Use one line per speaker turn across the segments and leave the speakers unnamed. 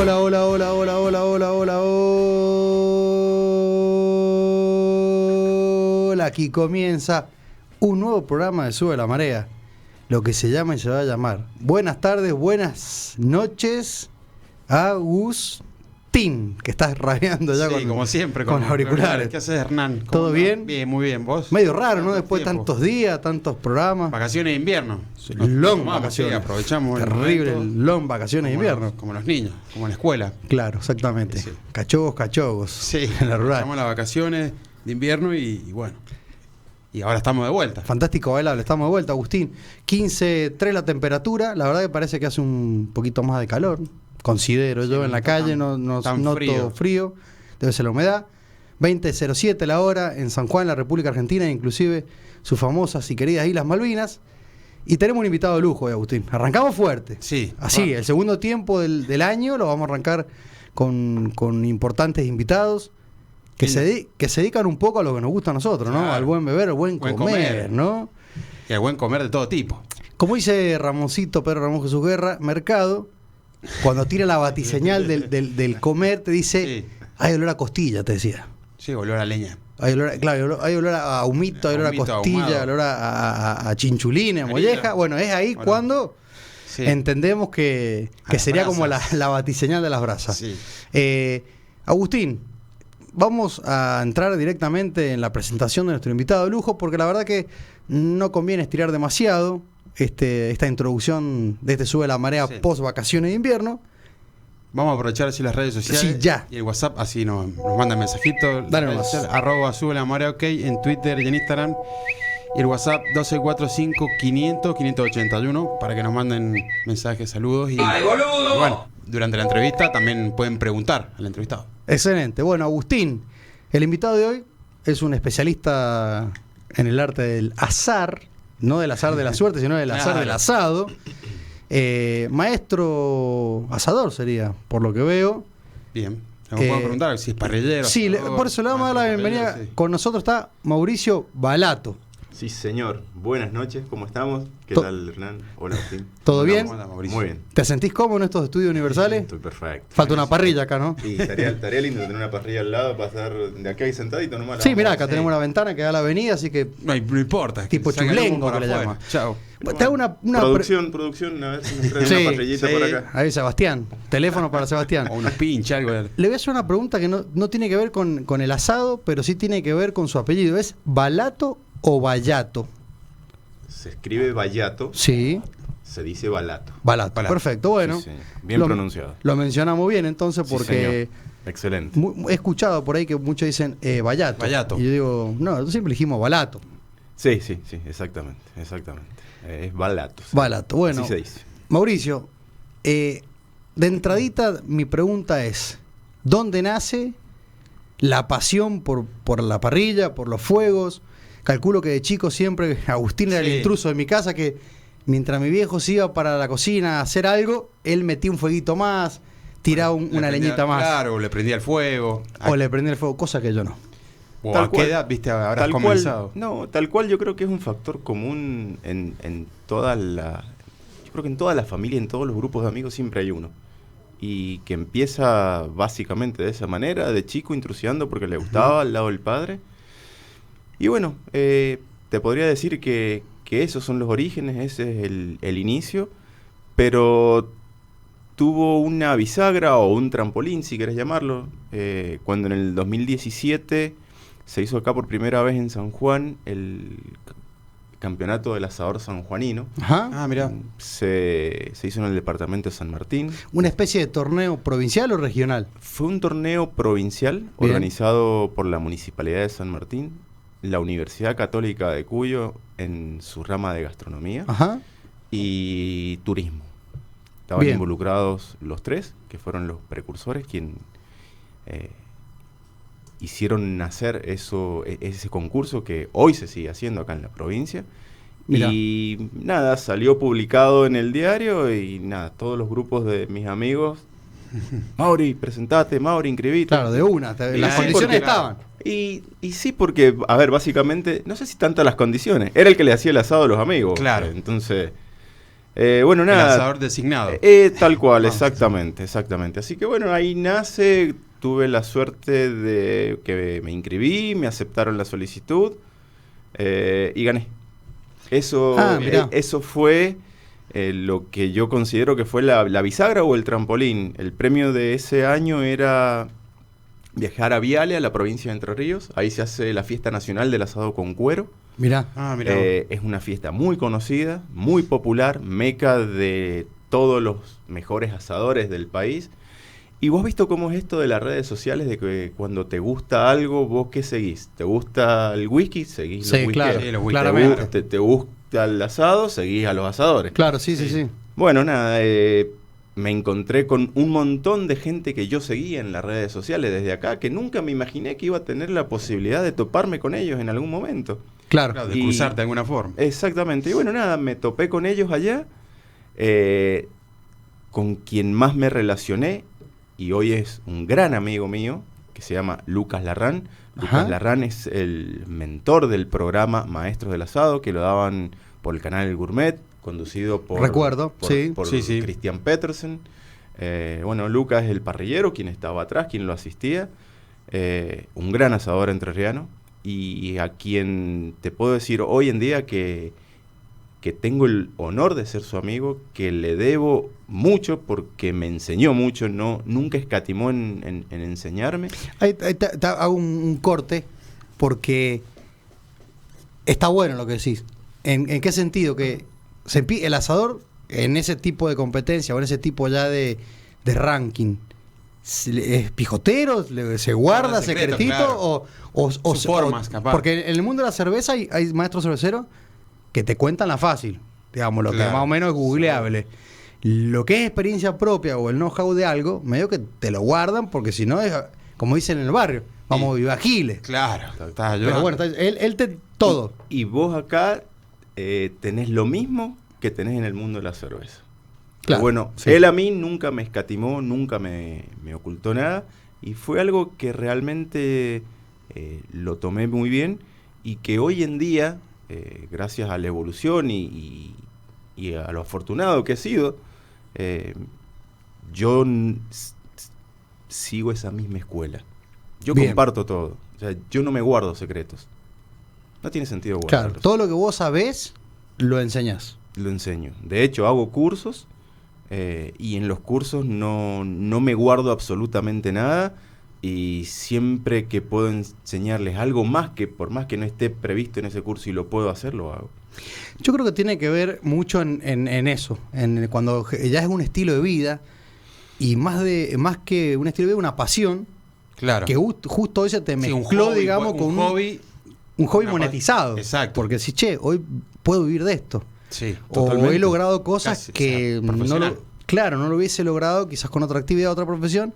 Hola, hola, hola, hola, hola, hola, hola, hola. Aquí comienza un nuevo programa de Sube la Marea. Lo que se llama y se va a llamar. Buenas tardes, buenas noches. Agustín, que estás rabiando ya
Sí,
con,
como siempre,
con, auriculares.
¿Qué haces, Hernán? ¿Cómo
¿Todo
va?
bien?
Bien, muy bien. ¿Vos?
Medio raro, ¿no? Después de
Tiempo.
tantos días, tantos programas.
Vacaciones de invierno. Nos
Long
tomamos,
vacaciones.
sí, aprovechamos. el
Terrible,
momento.
long vacaciones de
Como los-
invierno.
Como los niños, como en la escuela.
Claro, exactamente.
Sí.
Cachogos, cachogos.
Sí,
En la rural.
Estamos en las vacaciones de invierno y, y bueno. Y ahora estamos de vuelta.
Fantástico bailable, estamos de vuelta, Agustín. 15.3 la temperatura, la verdad que parece que hace un poquito más de calor, considero yo
no
en la
está
calle,
tan-
no, no
tan
noto frío.
frío.
debe ser la humedad. 20.07 la hora en San Juan, la República Argentina, e inclusive sus famosas y queridas Islas Malvinas. Y tenemos un invitado de lujo, eh, Agustín. Arrancamos fuerte.
Sí.
Así,
Bueno.
el segundo tiempo del, del año lo vamos a arrancar con, con importantes invitados que
Sí.
se, de- que se dedican un poco a lo que nos gusta a nosotros, ¿no?
Claro.
Al buen beber, al buen,
Buen
comer,
comer.
¿no?
Y el buen comer de todo tipo.
Como dice Ramoncito, Pedro Ramón Jesús Guerra, mercado, cuando tira la batiseñal del, del- del comer, te dice,
Sí.
hay olor a costilla, te decía.
Sí, olor a leña.
Hay olor, a- claro, hay olor- hay olor a humito, hay olor a
Ahumito,
costilla,
ahumado.
olor a, a- a- a chinchulina, a
Harina.
molleja. Bueno, es ahí
Olor.
cuando
Sí.
entendemos que,
A
que
las
sería como la,
brasas.
la batiseñal de las brasas.
Sí.
Eh, Agustín, vamos a entrar directamente en la presentación de nuestro invitado de lujo, porque la verdad que no conviene estirar demasiado este, esta introducción de este Sube la Marea
Sí.
post vacaciones de invierno.
Vamos a aprovechar así las redes sociales.
Sí, ya.
Y el WhatsApp, así nos, nos mandan
Dale
mensajitos. Las
nomás.
redes sociales, Arroba sube la marea, ok, en Twitter y en Instagram. Y el WhatsApp 1245-500-581 para que nos manden mensajes, saludos. Y, y bueno, durante la entrevista también pueden preguntar al entrevistado.
Excelente. Bueno, Agustín, el invitado de hoy es un especialista en el arte del azar, no del azar de la suerte, sino del azar
Claro.
del asado. Eh, maestro asador sería, por lo que veo.
Bien. Nos
Eh,
pueden preguntar si es parrillero.
Sí, le-
asador,
por eso le vamos a dar la
parrillero,
bienvenida.
sí.
Con nosotros está Mauricio Balato.
Sí, señor. Buenas noches, ¿cómo estamos? ¿Qué
To-
tal, Hernán? Hola, Agustín.
¿Todo
Hola,
bien?
¿cómo andás, Mauricio?
Muy bien.
¿Te sentís cómodo en estos estudios universales?
Estoy perfecto.
Falta una parrilla acá, ¿no?
Y estaría, estaría lindo tener una parrilla al lado para estar de acá y sentadito nomás.
Sí, mirá, acá
Vamos.
tenemos una ventana que da a la avenida, así que
No, hay- no importa. es que
Tipo
se saca el humo
chulengo
para
que le
afuera.
llaman.
Chao.
te hago una, una pre-
producción, producción, a ver si nos traen
Sí,
una parrillita
sí.
por acá.
Ahí, Sebastián. Teléfono para Sebastián.
O unos pinches, algo. de-
Le voy a hacer una pregunta que no, no tiene que ver con, con el asado, pero sí tiene que ver con su apellido. ¿Es Balato o Bayato?
Se escribe Bayato,
Sí,
se dice Balato.
Balato.
Balato.
Perfecto, bueno.
Sí, señor. Bien
Lo-
pronunciado.
Lo mencionamos bien entonces
Sí,
porque...
señor. Excelente.
mu- he escuchado por ahí que muchos dicen eh, Bayato.
Bayato.
Y yo digo, no, siempre dijimos Balato.
Sí, sí, sí, exactamente, exactamente. Eh, es Balato. sí.
Balato. Bueno,
Así se dice.
Mauricio, eh, de entradita mi pregunta es, ¿dónde nace la pasión por, por la parrilla, por los fuegos? Calculo que de chico siempre Agustín era el
Sí.
intruso de mi casa que mientras mi viejo se iba para la cocina a hacer algo, él metía un fueguito más, tiraba un-
Le
una
prendía-
leñita más
Claro, le prendía el fuego.
o le prendía el fuego, cosa que yo no.
O
Tal
a
cual.
qué edad, viste, habrás
tal
comenzado.
Cual, no, tal cual yo creo que es un factor común en, en toda la. Yo creo que en toda la familia, en todos los grupos de amigos siempre hay uno. Y que empieza básicamente de esa manera, de chico intrusiando porque le gustaba al lado del padre. Y bueno, eh, te podría decir que, que esos son los orígenes, ese es el, el inicio, pero tuvo una bisagra o un trampolín, si querés llamarlo, eh, cuando en el 2017 se hizo acá por primera vez en San Juan el c- campeonato del asador sanjuanino.
Ajá.
Ah, mirá.
Se, se hizo en el departamento de San Martín.
Una especie de torneo provincial o regional.
Fue un torneo provincial organizado por la Municipalidad de San Martín, la Universidad Católica de Cuyo en su rama de gastronomía
Ajá.
y turismo. Estaban
Bien.
involucrados los tres, que fueron los precursores, quien eh, hicieron nacer eso, e- ese concurso que hoy se sigue haciendo acá en la provincia.
Mirá.
Y nada, salió publicado en el diario y nada, todos los grupos de mis amigos. Mauri, presentate, Mauri, inscribite.
Claro, de una. te-
Mirá,
Las
sí,
condiciones
porque-
estaban.
Y, y sí, porque, a ver, básicamente, no sé si tanto las condiciones. Era el que le hacía el asado a los amigos.
Claro.
Eh, Entonces, Eh, bueno,
El
nada.
asador designado.
Eh, tal cual,
Ah.
Vamos.
exactamente, exactamente. Así que bueno, ahí nace, tuve la suerte de que me inscribí, me aceptaron la solicitud eh, y gané. Eso,
Ah, mirá.
eh, eso fue eh, lo que yo considero que fue la, la bisagra o el trampolín. El premio de ese año era viajar a Viale, a la provincia de Entre Ríos. Ahí se hace la fiesta nacional del asado con cuero.
Mirá.
Ah, mirá.
Eh, es una fiesta muy conocida, muy popular, meca de todos los mejores asadores del país. ¿Y vos has visto cómo es esto de las redes sociales? De que cuando te gusta algo, ¿vos qué seguís? ¿Te gusta el whisky? Seguís
Sí,
los
claro,
Sí,
whiskeros.
los
¿Te,
whiskeros.
claramente.
gusta, te gusta el asado? Seguís a los asadores.
Claro, sí, sí,
Sí.
sí.
Bueno, nada, eh, me encontré con un montón de gente que yo seguía en las redes sociales desde acá, que nunca me imaginé que iba a tener la posibilidad de toparme con ellos en algún momento.
Claro.
Claro, de
y-
cruzarte de alguna forma.
eh,
Exactamente. Y bueno, nada, me topé con ellos allá, eh, con quien más me relacioné, y hoy es un gran amigo mío, que se llama Lucas Larrán. Lucas
Ajá.
Larrán es el mentor del programa Maestros del Asado, que lo daban por el canal El Gourmet, conducido por,
Recuerdo,
por,
sí.
por
Sí, sí.
Christian Petersen. Eh, bueno, Lucas es el parrillero, quien estaba atrás, quien lo asistía. Eh, un gran asador entrerriano y a quien te puedo decir hoy en día que, que tengo el honor de ser su amigo, que le debo mucho porque me enseñó mucho, no, nunca escatimó en, en- en enseñarme.
Ahí, ahí ta- ta- hago un, un corte porque está bueno lo que decís. ¿En, en qué sentido? Que se, empie- el asador en ese tipo de competencia o en ese tipo ya de, de ranking. se le- ¿Es pijotero? le- ¿Se guarda
Guarda secreto,
secretito?
claro.
O, o- o-
Sus
o-
formas, capaz.
Porque en el mundo de la cerveza hay, hay maestros cerveceros que te cuentan la fácil, digamos, lo que
Claro.
más o menos es googleable. Lo que es experiencia propia o el know-how de algo, medio que te lo guardan porque si no es, como dicen en el barrio, vamos a
Sí.
vivir a giles.
Claro, estás
Pero
ayudando.
bueno, está- él, él te... Todo.
Y, y vos acá eh, tenés lo mismo que tenés en el mundo de la cerveza.
Claro,
bueno,
sí.
él a mí nunca me escatimó, nunca me, me ocultó nada. Y fue algo que realmente eh, lo tomé muy bien y que hoy en día, eh, gracias a la evolución y, y- y a lo afortunado que he sido, eh, yo n- s- s- sigo esa misma escuela. Yo
Bien.
comparto todo. O sea, yo no me guardo secretos. No tiene sentido
Claro,
guardarlos.
todo lo que vos sabés, lo enseñás.
Lo enseño. De hecho, hago cursos eh, y en los cursos no, no me guardo absolutamente nada y siempre que puedo enseñarles algo más que por más que no esté previsto en ese curso y lo puedo hacer, lo hago.
Yo creo que tiene que ver mucho en, en- en eso, en cuando je- ya es un estilo de vida y más de más que un estilo de vida, una pasión
claro.
que just- justo hoy se te
Sí, un
mezcló,
hobby,
digamos,
un
con un,
hobby.
un hobby
Una
monetizado.
pas- exacto.
Porque si, che, hoy puedo vivir de esto.
Sí,
O
totalmente.
he logrado cosas
Casi,
que
o sea,
no
profesional.
lo, claro, no lo hubiese logrado quizás con otra actividad, otra profesión.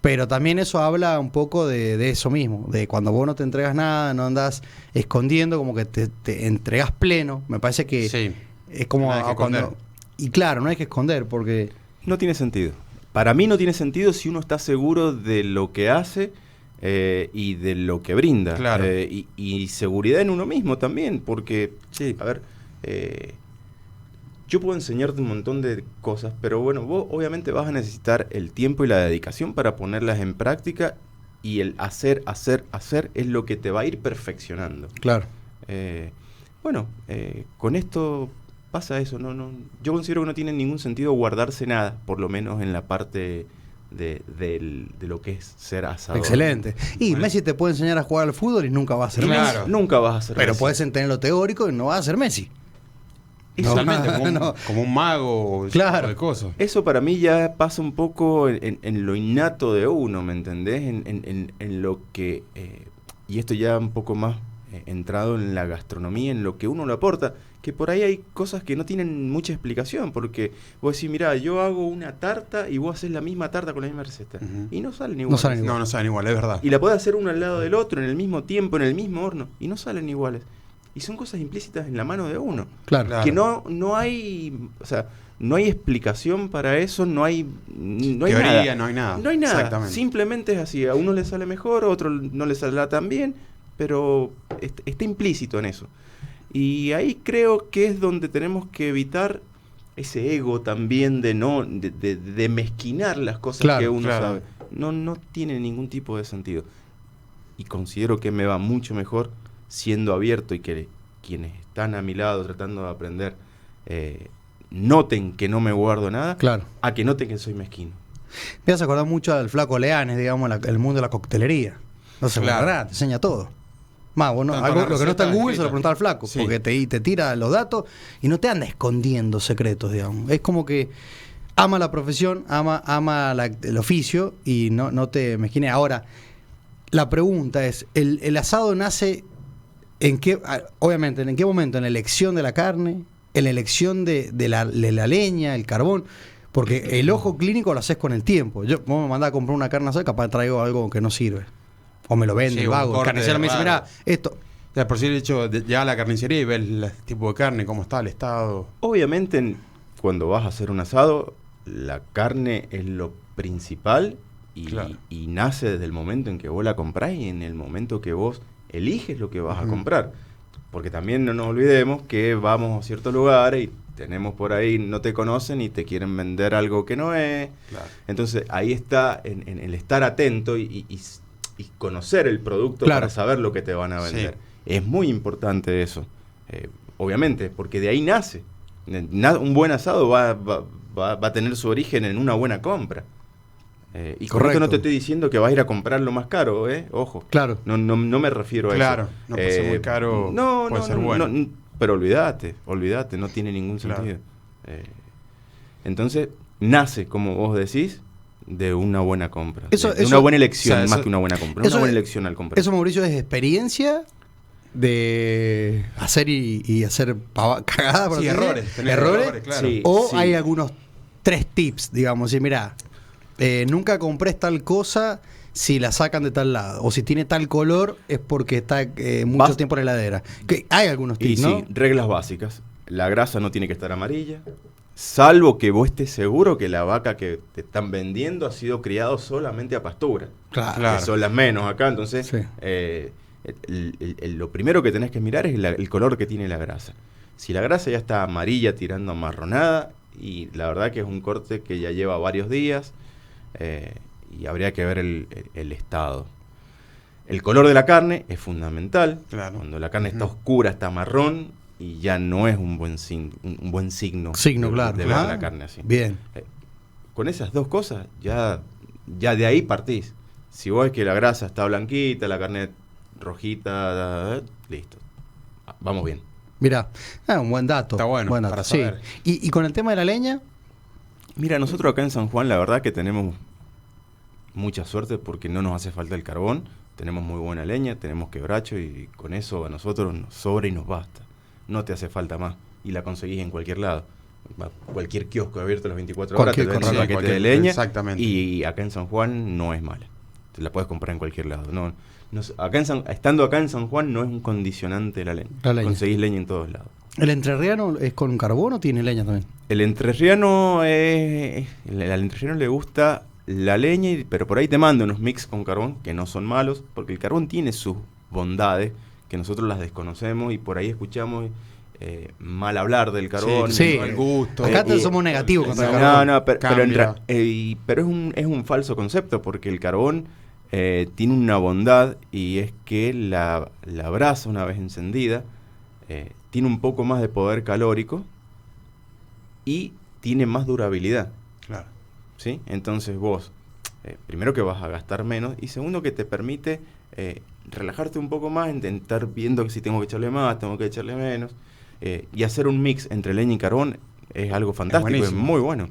Pero también eso habla un poco de, de eso mismo, de cuando vos no te entregas nada, no andas escondiendo, como que te, te entregas pleno. Me parece que
Sí.
es como
Nada que
a- cuando-
esconder.
y claro, no hay que esconder porque
No tiene sentido. Para mí no tiene sentido si uno está seguro de lo que hace eh, y de lo que brinda.
Claro.
Eh, y, y seguridad en uno mismo también, porque,
Sí.
a ver, eh, yo puedo enseñarte un montón de cosas, pero bueno, vos obviamente vas a necesitar el tiempo y la dedicación para ponerlas en práctica y el hacer, hacer, hacer es lo que te va a ir perfeccionando.
claro,
Eh, bueno, eh, con esto pasa eso. No, no, yo considero que no tiene ningún sentido guardarse nada, por lo menos en la parte de, del- de lo que es ser asador.
excelente. Y
Bueno.
Messi te puede enseñar a jugar al fútbol y nunca va a ser
Claro.
Messi.
Nunca vas a ser
Pero
Messi.
puedes tener lo teórico y no va a ser Messi.
Eso-
Totalmente,
No,
como, un,
no.
como un mago o ese
Claro.
tipo de cosas.
Eso para mí ya pasa un poco en, en- en lo innato de uno, ¿me entendés? En, en- en- en lo que, eh, y esto ya un poco más eh, entrado en la gastronomía, en lo que uno le aporta, que por ahí hay cosas que no tienen mucha explicación, porque vos decís, mirá, yo hago una tarta y vos haces la misma tarta con la misma receta,
Ujú.
y no salen iguales.
No salen igual.
No, no saben igual, es verdad.
Y la podés hacer uno al lado del otro, en el mismo tiempo, en el mismo horno, y no salen iguales. Y son cosas implícitas en la mano de uno
Claro.
Claro.
que no no hay o sea no hay explicación para eso no hay no hay
Teoría,
nada.
no hay nada.
no hay nada
Ah, Exactamente.
simplemente es así a uno le sale mejor a otro no le saldrá tan bien pero est- está implícito en eso y ahí creo que es donde tenemos que evitar ese ego también de no de, de- de mezquinar las cosas
Claro,
que uno
claro.
sabe. No, no tiene ningún tipo de sentido. Y considero que me va mucho mejor siendo abierto y que quienes están a mi lado tratando de aprender eh, noten que no me guardo nada,
Claro.
a que noten que soy mezquino.
Me hace acordar mucho al flaco Leanes, digamos, la- el mundo de la coctelería. No se
Claro.
guardará, te enseña todo. Más, bueno,
Tanto la
lo que no está en
receta
Google se
escrita.
lo preguntaba al flaco,
Sí.
porque te, te tira los datos y no te anda escondiendo secretos, digamos. Es como que ama la profesión, ama, ama la- el oficio y no, no te mezquine. Ahora, la pregunta es, ¿el, el asado nace en qué, ah, obviamente, en qué momento? ¿En la elección de la carne? ¿En la elección de, de la, de la leña, el carbón? Porque el ojo clínico lo haces con el tiempo. Yo vos me mandás a comprar una carne asada, capaz traigo algo que no sirve. O me lo vende
Sí,
el
un
vago. El
corte
carnicero me dice, mira,
raro.
esto.
O sea, por si el hecho de llegar a la carnicería y ver el tipo de carne, cómo está el estado.
Obviamente, en- cuando vas a hacer un asado, la carne es lo principal y,
Claro.
y nace desde el momento en que vos la comprás y en el momento que vos eliges lo que vas
Ujú.
a comprar. Porque también no nos olvidemos que vamos a ciertos lugares y tenemos por ahí, no te conocen y te quieren vender algo que no es. Entonces ahí está en, en el estar atento y, y- y s- y conocer el producto
Claro.
para saber lo que te van a
Sí.
vender. Es muy importante eso, eh, obviamente, porque de ahí nace. Ne- na- un buen asado va, va- va- va a tener su origen en una buena compra. Eh, y con
Correcto.
esto no te estoy diciendo que vas a ir a comprar lo más caro, ¿eh? Ojo.
Claro.
No, no, no me refiero a
Claro,
eso. Eh,
no puede ser muy caro,
No,
puede
no,
ser
no,
bueno.
no, pero olvídate, olvídate, no tiene ningún
Claro.
sentido. Eh, entonces, nace, como vos decís, de una buena compra.
Eso-
de, de
eso-
una buena elección,
o sea,
más
eso-
que una buena compra. Una
eso
buena
es-
elección al comprar.
Eso, Mauricio, es experiencia de hacer y, y hacer pava- cagadas. por
Sí,
así decir.
errores, tener
Errores.
errores, claro.
Sí.
O hay algunos tres tips, digamos. Y mira, nunca compres tal cosa si la sacan de tal lado. O si tiene tal color es porque está eh, mucho
Basta.
tiempo en la heladera. Que hay algunos
Y
tips, ¿no?
sí, reglas básicas. La grasa no tiene que estar amarilla, salvo que vos estés seguro que la vaca que te están vendiendo ha sido criado solamente a pastura.
Claro.
Claro.
que son las menos acá. Entonces,
Sí.
eh, el- el- el- lo primero que tenés que mirar es la- el color que tiene la grasa. Si la grasa ya está amarilla tirando amarronada, y la verdad que es un corte que ya lleva varios días, eh, y habría que ver el, el- el estado. El color de la carne es fundamental.
Claro.
Cuando la carne está
Ujú.
oscura, está marrón, y ya no es un buen, sin- un, un buen signo,
Signo,
de-
claro.
de ver
Ah,
la carne así.
Bien.
Con esas dos cosas, ya, ya de ahí partís. Si vos ves que la grasa está blanquita, la carne rojita, da, da, da, listo. Ah, Vamos bien.
Mira, ah, un buen dato.
Está bueno,
buen dato,
para
sí.
saber.
Y, y con el tema de la leña,
Mira, nosotros acá en San Juan la verdad que tenemos mucha suerte porque no nos hace falta el carbón, tenemos muy buena leña, tenemos quebracho y con eso a nosotros nos sobra y nos basta. No te hace falta más y la conseguís en cualquier lado. Va, Cualquier kiosco abierto las 24 horas te
Cualquier
venden un
corral,
paquete de
cualquier-
leña
exactamente.
y acá en San Juan no es mala. Te la puedes comprar en cualquier lado. No, no sé, acá en San- estando acá en San Juan no es un condicionante la leña.
La leña.
Conseguís leña en todos lados.
¿el entrerriano es con carbón o tiene leña también?
El entrerriano es. el- Al entrerriano le gusta la leña, y- pero por ahí te manda unos mix con carbón que no son malos, porque el carbón tiene sus bondades que nosotros las desconocemos y por ahí escuchamos eh, mal hablar del carbón.
Sí.
el gusto.
Acá
te
somos negativos contra el
No,
carbón.
no, pero, pero en
Cambia.
ra- eh, y- pero es, un, es un falso concepto porque el carbón eh, tiene una bondad y es que la, la brasa una vez encendida eh, tiene un poco más de poder calórico y tiene más durabilidad.
Claro.
¿sí? Entonces vos, eh, primero que vas a gastar menos y segundo que te permite eh, relajarte un poco más, intentar viendo que si tengo que echarle más, tengo que echarle menos. eh, y hacer un mix entre leña y carbón es algo fantástico, es,
buenísimo.
muy bueno.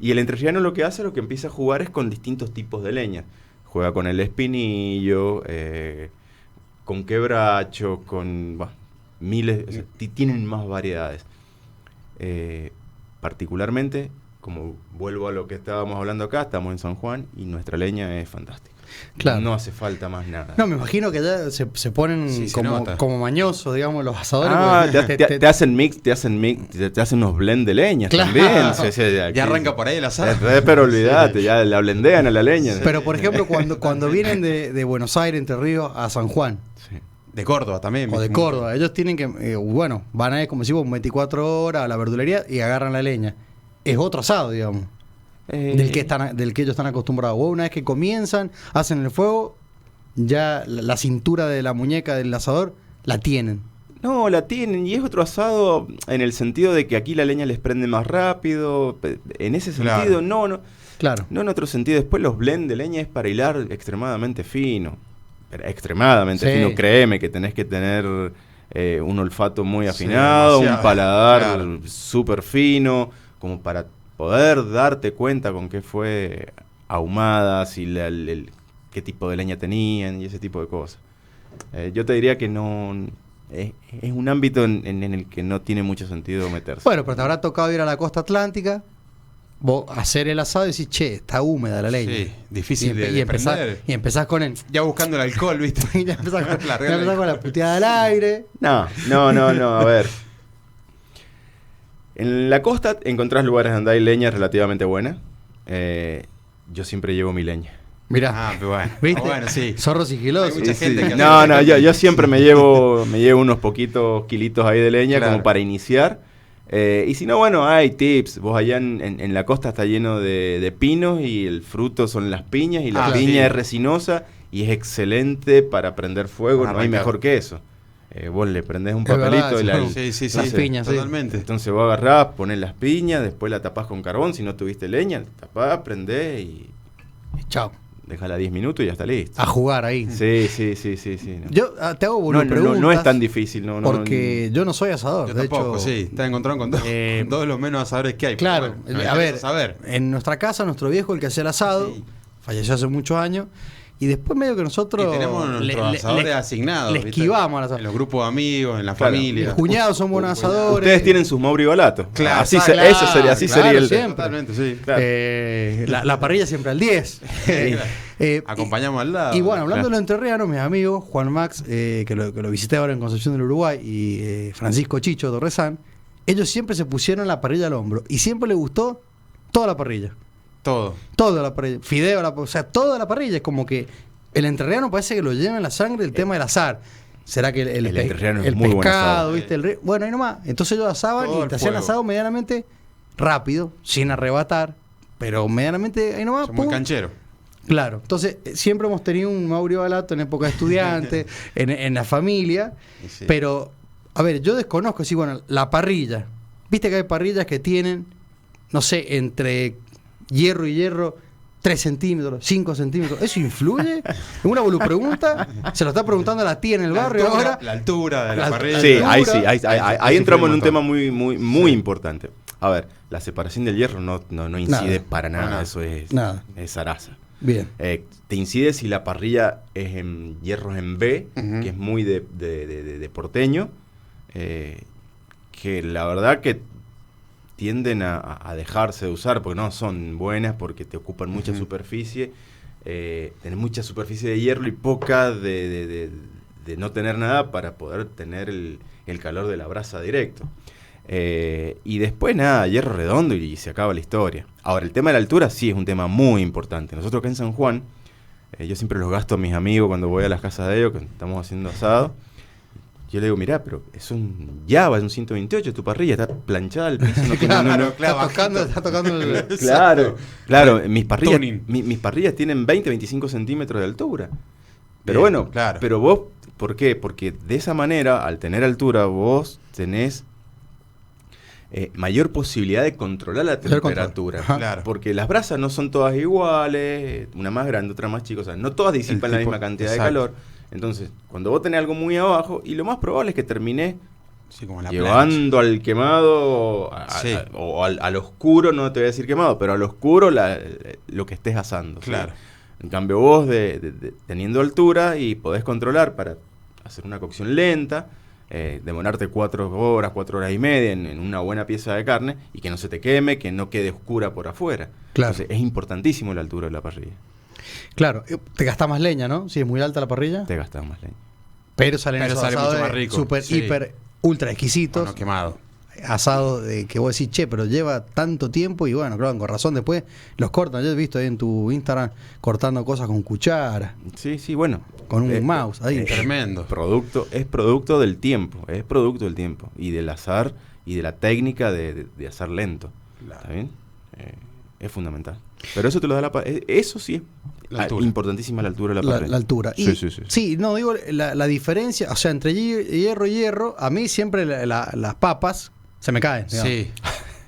Y el entrerriano lo que hace, lo que empieza a jugar es con distintos tipos de leña. Juega con el espinillo, eh, con quebracho, con bah, miles, o sea, ti- tienen más variedades. Eh, particularmente, como vuelvo a lo que estábamos hablando acá, estamos en San Juan y nuestra leña es fantástica.
Claro.
No hace falta más nada.
No, me imagino que ya se, se ponen
Sí, se
como,
nota.
como mañosos, digamos, los asadores.
Ah,
porque
te, te- te hacen mix, te hacen mix, te, te hacen unos blend de leñas
Claro.
también. O sea, o sea, aquí-
Ya arranca por ahí el asado.
Eh, Pero olvídate, ya la blendean a la leña.
Pero, por ejemplo, cuando, cuando vienen de, de Buenos Aires, Entre Ríos, a San Juan
Sí.
De Córdoba también.
o de
viste,
Córdoba, ellos tienen que, eh, bueno, van a ir como si vos, 24 horas a la verdulería y agarran la leña. es otro asado, digamos.
Eh,
Del que, están, del que ellos están acostumbrados. Vos una vez que comienzan, hacen el fuego, ya la, la cintura de la muñeca del asador la tienen.
No, la tienen y es otro asado en el sentido de que aquí la leña les prende más rápido. pe- En ese
Claro.
sentido, no, no.
Claro.
No en otro sentido. Después los blend de leña es para hilar extremadamente fino. Pero extremadamente
Sí.
fino, créeme que tenés que tener eh, un olfato muy
Sí,
afinado, un
demasiado,
paladar
claro.
súper fino, como para poder darte cuenta con qué fue ahumada, si la- el- el- qué tipo de leña tenían y ese tipo de cosas. Eh, yo te diría que no... Es, es un ámbito en, en- en el que no tiene mucho sentido meterse.
Bueno, pero te habrá tocado ir a la costa atlántica, vos hacer el asado y decir, che, está húmeda la leña.
Sí, difícil
y,
de-
empe- y
de
empezás,
prender.
y empezás con el.
Ya buscando el alcohol, ¿viste?
y ya empezás con,
Claro,
ya empezás con la puteada al aire.
No, no, no, no, a ver. En la costa encontrás lugares donde hay leña relativamente buena. Eh, yo siempre llevo mi leña.
Mirá,
Ah, pero bueno.
¿viste?
Ah, bueno, sí.
Zorro sigiloso.
Hay mucha gente que
No,
hace-
no, yo, yo siempre me llevo, me llevo unos poquitos kilitos ahí de leña
Claro.
como para iniciar. Eh, y si no, bueno, hay tips. Vos allá en, en- en la costa está lleno de, de pinos y el fruto son las piñas y la
Ah,
piña
sí.
es resinosa y es excelente para prender fuego.
Para
no hay
arrancar.
mejor que eso. Eh, vos le prendés un
Es
papelito
verdad,
y la,
eso.
Sí, sí, sí.
Las
sí,
piñas, sí.
Totalmente.
Entonces vos agarrás, pones las piñas, después la tapás con carbón, si no tuviste leña, tapás, prendés y
Chao.
dejala 10 minutos y ya está listo.
A jugar ahí.
Sí, sí, sí, sí, sí. No,
Mm. Yo ah, te hago
no, no,
boludo
no, no es tan difícil, no, no. no,
Porque yo no soy asador.
Yo
de
tampoco,
hecho,
sí. Te has encontrado con, dos-
Eh,
con todos los menos asadores que hay. pero
Claro, eh,
bueno, me
a ver,
interesa saber.
en nuestra casa, nuestro viejo, el que hacía el asado,
Sí.
falleció hace muchos años, y después medio que nosotros...
Y tenemos nuestros
le- le-
asadores
le-
asignados.
le
¿viste?
esquivamos al asado.
En los grupos de amigos, en la
Claro.
familia.
Mis cuñados son buenos asadores.
Ustedes tienen sus Mauri Balato.
Claro,
así
ah,
se-
claro,
eso sería, así
claro,
sería el.
siempre.
Totalmente, sí.
Claro.
Eh, la, la parrilla siempre al 10. Eh, eh,
Acompañamos al lado.
y, y bueno, hablando de los entrerrianos, mis amigos, Juan Max, eh, que, lo, que lo visité ahora en Concepción del Uruguay, y eh, Francisco Chicho Torresán, ellos siempre se pusieron la parrilla al hombro y siempre les gustó toda la parrilla.
Todo.
Toda la parrilla. Fideo, la, o sea, toda la parrilla. Es como que el entrerriano parece que lo lleva en la sangre el tema del azar. ¿Será que el, el
Eh. El
pe-
entrerriano es
el
muy buen
pescado,
asado.
viste? El ri- bueno, ahí nomás. Entonces ellos asaban
Todo
y
el
te hacían
fuego.
asado medianamente rápido, sin arrebatar, pero medianamente ahí nomás.
Son muy
Ah, pum.
canchero.
Claro. Entonces eh, siempre hemos tenido un Mauro Balato en época de estudiante, en, en la familia.
Y sí.
Pero, a ver, yo desconozco, sí, bueno, la parrilla. Viste que hay parrillas que tienen, no sé, entre hierro y hierro, 3 centímetros, 5 centímetros. ¿Eso influye? Es una pregunta. Se lo está preguntando a la tía en el
La
barrio
altura-
ahora.
La altura de la,
La-
parrilla.
Sí,
altura.
ahí sí, ahí, ahí- ahí- ahí
Sí,
entramos en un
montón.
tema muy, muy, muy importante. A ver, la separación del hierro no, no, no incide
Nada.
para nada,
Para nada.
eso es,
Nada.
es zaraza.
Bien.
Eh, te incide si la parrilla es en hierros en B,
Ujú.
que es muy de, de- de- de- de porteño, eh, que la verdad que tienden a- a, a dejarse de usar porque no son buenas, porque te ocupan mucha
Ujú.
superficie, eh, tenés mucha superficie de hierro y poca de, de- de- de no tener nada para poder tener el, el calor de la brasa directo. Eh, y después nada, hierro redondo y, se acaba la historia. Ahora, el tema de la altura sí es un tema muy importante. Nosotros acá en San Juan, eh, yo siempre los gasto a mis amigos cuando voy a las casas de ellos, que estamos haciendo asado. Yo le digo, mirá, pero es un Java, es un 128, tu parrilla está planchada al piso. no- no- no- no-
no, claro,
está, tocando,
bajito.
está tocando el-
Claro, claro, mis parrillas,
Tuning.
mi- mis parrillas tienen 20, 25 centímetros de altura.
Bien,
Pero bueno,
claro.
pero vos, ¿por qué? Porque de esa manera, al tener altura, vos tenés eh, mayor posibilidad de controlar la
Mayor control.
temperatura.
Ajá.
Claro.
Porque las brasas no son todas iguales, una más grande, otra más chica, o sea, no todas disipan la
tipo-
misma cantidad
exacto.
de calor. Entonces, cuando vos tenés algo muy abajo, y lo más probable es que terminés
Sí, como la plancha.
llevando al quemado a-
Sí.
a- o al, al oscuro, no te voy a decir quemado, pero al oscuro la- lo que estés asando. ¿sí?
Claro.
En cambio vos de- de- de- teniendo altura y podés controlar para hacer una cocción lenta, eh, demorarte cuatro horas, cuatro horas y media en, en una buena pieza de carne y que no se te queme, que no quede oscura por afuera.
Claro.
Entonces, es importantísimo la altura de la parrilla.
Claro, eh, te gastás más leña, ¿no? Si es muy alta la parrilla.
Te gastas más leña.
Pero salen
Pero
esos
sale mucho
asados
más
de
rico,
super,
sí.
hiper, ultra exquisitos.
Bueno, quemado.
asado de que vos decís, che, pero lleva tanto tiempo y bueno, claro, con razón después los cortan. Yo he visto ahí en tu Instagram cortando cosas con cuchara,
Sí, sí, bueno.
con un
Eh,
mouse. Ahí.
Tremendo.
Producto, es producto del tiempo, es producto del tiempo y del azar y de la técnica de, de- de azar lento. ¿Está bien? Eh, es fundamental. Pero eso te lo da la pa- eh, Eso sí es
La
a-
altura.
importantísima la altura de la
La,
pared.
la altura. Y-
Sí, sí, sí.
Sí, no, digo, la, la diferencia, o sea, entre hie- hierro y hierro, a mí siempre la- la- las papas se me caen. digamos.
Sí.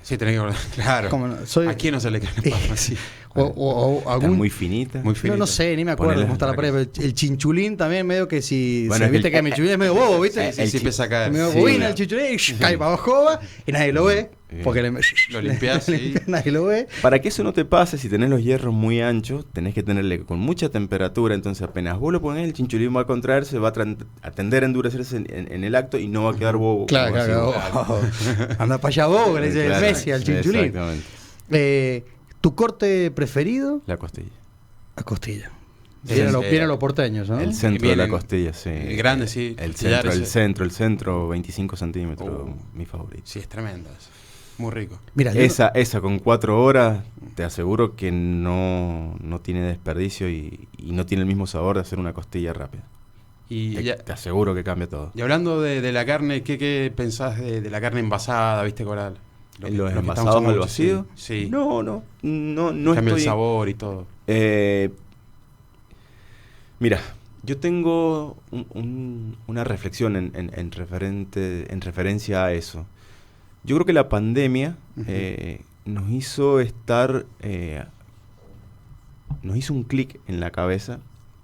Sí, tenés que guardar. Claro.
Como no, soy-
¿A quién no se le cae la papa? Sí.
O, o- o
Está
algún...
muy finita.
Muy
no,
finita.
no sé, ni me acuerdo
Ponele
cómo está la
la
pared, pero el el chinchulín también medio que si...
Bueno,
si
es
viste
el-
que mi chinchulín es medio bobo, ¿viste?
Sí, sí,
El
sí,
chi-
empieza a caer.
medio
Ah, sí.
bobina el chinchulín, shh, cae para abajo, va, y nadie lo ve,
Sí.
porque le,
Lo limpiás,
le
sí.
limpias, nadie lo ve.
Para que eso no te pase, si tenés los hierros muy anchos, tenés que tenerle con mucha temperatura. Entonces, apenas vos lo pones, el chinchulín va a contraerse, va a, tran- a tender a endurecerse en, en- en el acto y no va a quedar bobo.
Claro,
como
claro,
así. Eh,
claro. anda para allá vos, le dice el
Claro,
Messi al chinchulín.
Exactamente.
Eh, ¿Tu corte preferido?
La costilla.
A costilla.
Sí,
Vienen
sí.
los, vienen los porteños, ¿no?
El centro de la
Vienen-
costilla, sí.
el grande, sí,
El
costillares,
centro, el
sí.
centro, el centro, 25 centímetros,
Oh.
mi favorito.
Sí, es tremendo. eso. Muy rico.
Mira, yo no-
Esa, esa con cuatro horas, te aseguro que no, no tiene desperdicio y, y no tiene el mismo sabor de hacer una costilla rápida.
Y,
Te,
ya-
te aseguro que cambia todo.
y hablando de, de la carne, ¿qué, qué pensás de, de la carne envasada, viste, Coral? Lo que-
¿En los
lo que estamos
envasados al
mucho,
vacío?
Sí. sí.
No, no, no, no
Cambia
estoy...
el sabor y todo.
Eh, mira, yo tengo un- un- una reflexión en, en- en referente, en referencia a eso. Yo creo que la pandemia
Ujú.
eh, nos hizo estar, eh, nos hizo un clic en la cabeza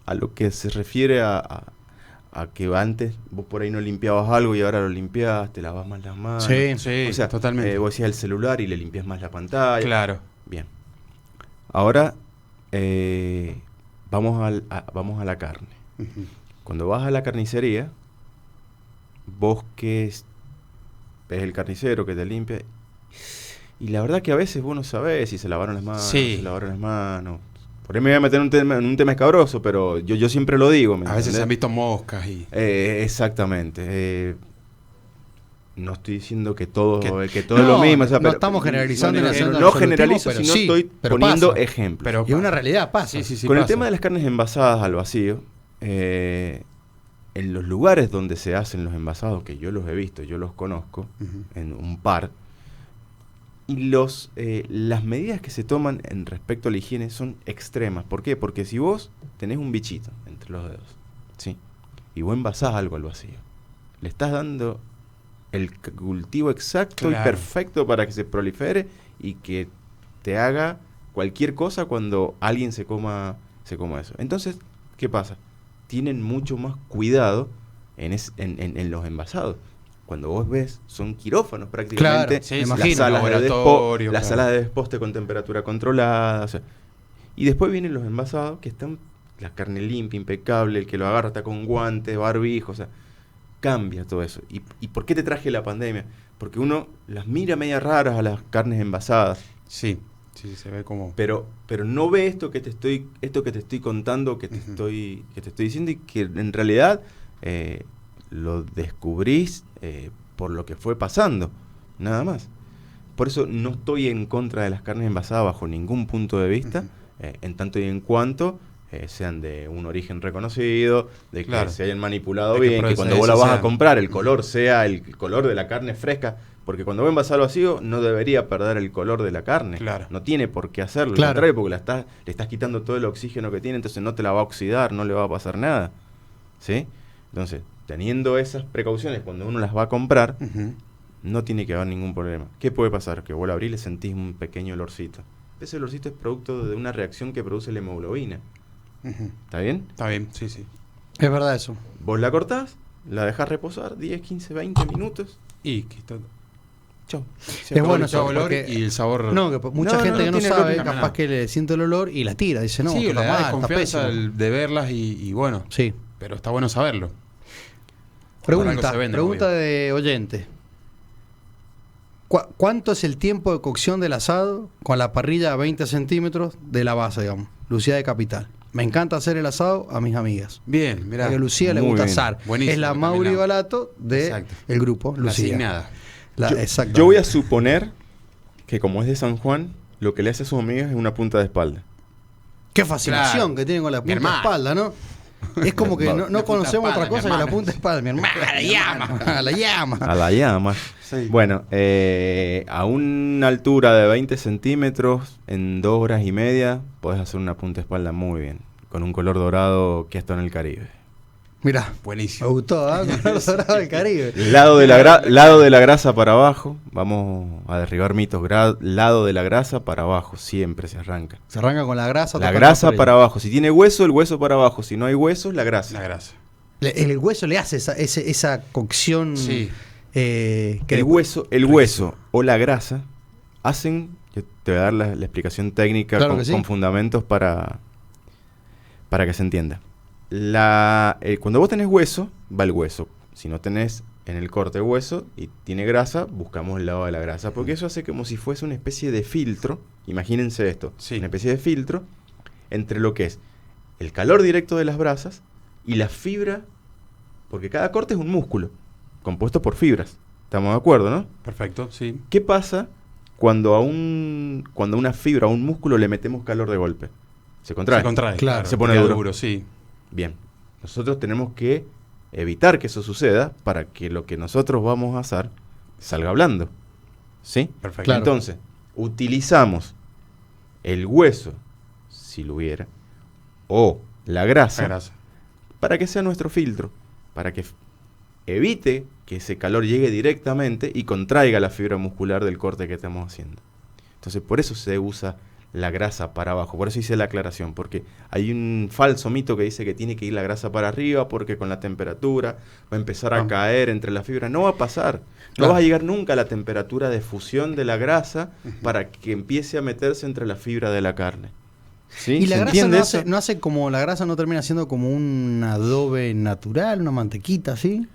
a lo que se refiere a, a- a que antes vos por ahí no limpiabas algo y ahora lo limpias, te lavas más las manos.
Sí.
Sí,
Ah, o sea,
totalmente.
eh, vos decías el celular y le limpias más la pantalla.
claro.
Bien. Ahora eh, vamos, al- a, vamos a la carne.
Ujú.
Cuando vas a la carnicería, vos que es, ves el carnicero que te limpia. Y la verdad que a veces vos no sabés si se lavaron las manos,
Sí.
se lavaron las manos. Por ahí me voy a meter en un tema, en un tema escabroso, pero yo, yo siempre lo digo. ¿me
A veces se
entendés?
han visto moscas y.
Eh, exactamente. eh, no estoy diciendo que todo, eh,
Que-
que, todo es
No,
lo mismo. o sea,
no estamos generalizando
No,
ni haciendo
no, no
absolutismo,
generalizo,
pero
sino
sí,
estoy
pero
poniendo
pasa.
ejemplos.
Pero
Y es una realidad pasa.
Sí, sí, sí.
Con el
pasa.
tema de las carnes envasadas al vacío, eh, en los lugares donde se hacen los envasados, que yo los he visto, yo los conozco,
Ujú.
en un par, y los, eh, las medidas que se toman en respecto a la higiene son extremas. ¿Por qué? Porque si vos tenés un bichito entre los dedos, ¿sí? Y vos envasás algo al vacío, le estás dando el c- cultivo exacto
Claro.
y perfecto para que se prolifere y que te haga cualquier cosa cuando alguien se coma, se coma eso. Entonces, ¿qué pasa? Tienen mucho más cuidado en, es- en, en- en los envasados. Cuando vos ves, son quirófanos prácticamente.
Claro, sí,
las,
imagino,
salas de despo-
laboratorio,
las
claro.
salas de desposte con temperatura controlada. o sea. Y después vienen los envasados que están la carne limpia, impecable, el que lo agarra está con guantes, barbijo, o sea, cambia todo eso. ¿Y, y por qué te traje la pandemia? Porque uno las mira media raras a las carnes envasadas,
Sí, sí, se ve como.
pero, pero no ve esto que te estoy, esto que te estoy contando, que te
Ujú.
estoy, que te estoy diciendo y que en realidad eh, lo descubrís eh, por lo que fue pasando, nada más. Por eso no estoy en contra de las carnes envasadas bajo ningún punto de vista,
Ujú.
eh, en tanto y en cuanto eh, sean de un origen reconocido, de que
Claro.
se hayan manipulado
De que
bien, que cuando
procesen-
vos la vas
sean.
a comprar el color sea el color de la carne fresca, porque cuando vos envasás al vacío no debería perder el color de la carne,
Claro.
no tiene por qué hacerlo,
Claro.
al contrario, porque la estás, le estás quitando todo el oxígeno que tiene, entonces no te la va a oxidar, no le va a pasar nada, ¿sí? Entonces, teniendo esas precauciones cuando uno las va a comprar,
Ujú.
no tiene que haber ningún problema. ¿Qué puede pasar? Que vos la abrís y le sentís un pequeño olorcito. Ese olorcito es producto de una reacción que produce la hemoglobina.
Ujú.
¿Está bien?
Está bien, sí, sí.
Es verdad eso.
Vos la cortás, la dejás reposar 10, 15, 20 minutos.
Y quito-
Chau.
se
Es
acabó
bueno
el
eso,
olor
porque-
y el sabor.
No, que po- mucha
No, no,
gente
no
que no
tiene
sabe,
lógica,
capaz
nada.
que le siente el olor y la tira. Dice, no,
sí,
esto
la
está mal, está
desconfianza
pésimo.
de verlas y, y bueno.
Sí.
Pero está bueno saberlo. algo
Pregunta,
se vende,
pregunta
obvio.
de oyente. ¿Cu- ¿Cuánto es el tiempo de cocción del asado con la parrilla a 20 centímetros de la base, digamos? Lucía de Capital. Me encanta hacer el asado a mis amigas.
Bien, mirá.
Porque Lucía le
muy
gusta
bien.
asar.
Buenísimo,
es la
también
Mauri
la-
Balato de
Exacto.
el grupo
La
Lucía.
asignada.
La-
yo,
exacto.
yo voy a suponer que como es de San Juan, lo que le hace a sus amigas es una punta de espalda.
Qué fascinación
Claro.
que tiene con la
Mi
punta de
hermana.
espalda, ¿no? Es como que no, no
La punta
conocemos
espada,
otra cosa
mi
que la
hermana.
punta espada, mi hermano. A la llama, a la llama.
A la llama.
Sí.
Bueno, eh, a una altura de 20 centímetros, en dos horas y media, puedes hacer una punta espalda muy bien. Con un color dorado que está en el Caribe.
Mirá, me
Buenísimo.
gustó, ¿ah? Con el dorado del Caribe.
Lado de la, gra- lado de la grasa para abajo. Vamos a derribar mitos. Gra- lado de la grasa para abajo. Siempre se arranca.
Se arranca con la grasa.
La
tocando
grasa
pared.
para abajo. Si tiene hueso, el hueso para abajo. Si no hay huesos, la
La
grasa.
grasa.
Le- el, el hueso le hace esa, ese- esa cocción.
Sí.
eh, que
El
después-
hueso, el hueso o la grasa hacen. Yo te voy a dar la, la explicación técnica
Claro
con,
que sí.
con fundamentos para, para que se entienda. La, eh, cuando vos tenés hueso, va el hueso. Si no tenés en el corte hueso y tiene grasa, buscamos el lado de la grasa. Porque eso hace como si fuese una especie de filtro. Imagínense esto:
Sí.
una especie de filtro entre lo que es el calor directo de las brasas y la fibra. Porque cada corte es un músculo compuesto por fibras. Estamos de acuerdo, ¿no?
Perfecto, sí.
¿Qué pasa cuando a un cuando a una fibra, a un músculo le metemos calor de golpe? Se contrae.
Se contrae.
Claro.
Se pone
queda
duro.
sí.
Bien. Nosotros tenemos que evitar que eso suceda para que lo que nosotros vamos a hacer salga blando. ¿Sí?
Perfecto.
Claro.
Entonces, utilizamos el hueso, si lo hubiera, o
La grasa.
para que sea nuestro filtro, para que f- evite que ese calor llegue directamente y contraiga la fibra muscular del corte que estamos haciendo. Entonces, por eso se usa la grasa para abajo, por eso hice la aclaración, porque hay un falso mito que dice que tiene que ir la grasa para arriba porque con la temperatura va a empezar a
Ah.
caer entre las fibras, no va a pasar, no
Claro.
vas a llegar nunca a la temperatura de fusión de la grasa para que empiece a meterse entre la fibra de la carne. ¿Sí?
Y la
¿Se
grasa
entiende
no
eso?
hace, no hace como. La grasa no termina siendo como un adobe natural, una mantequita así.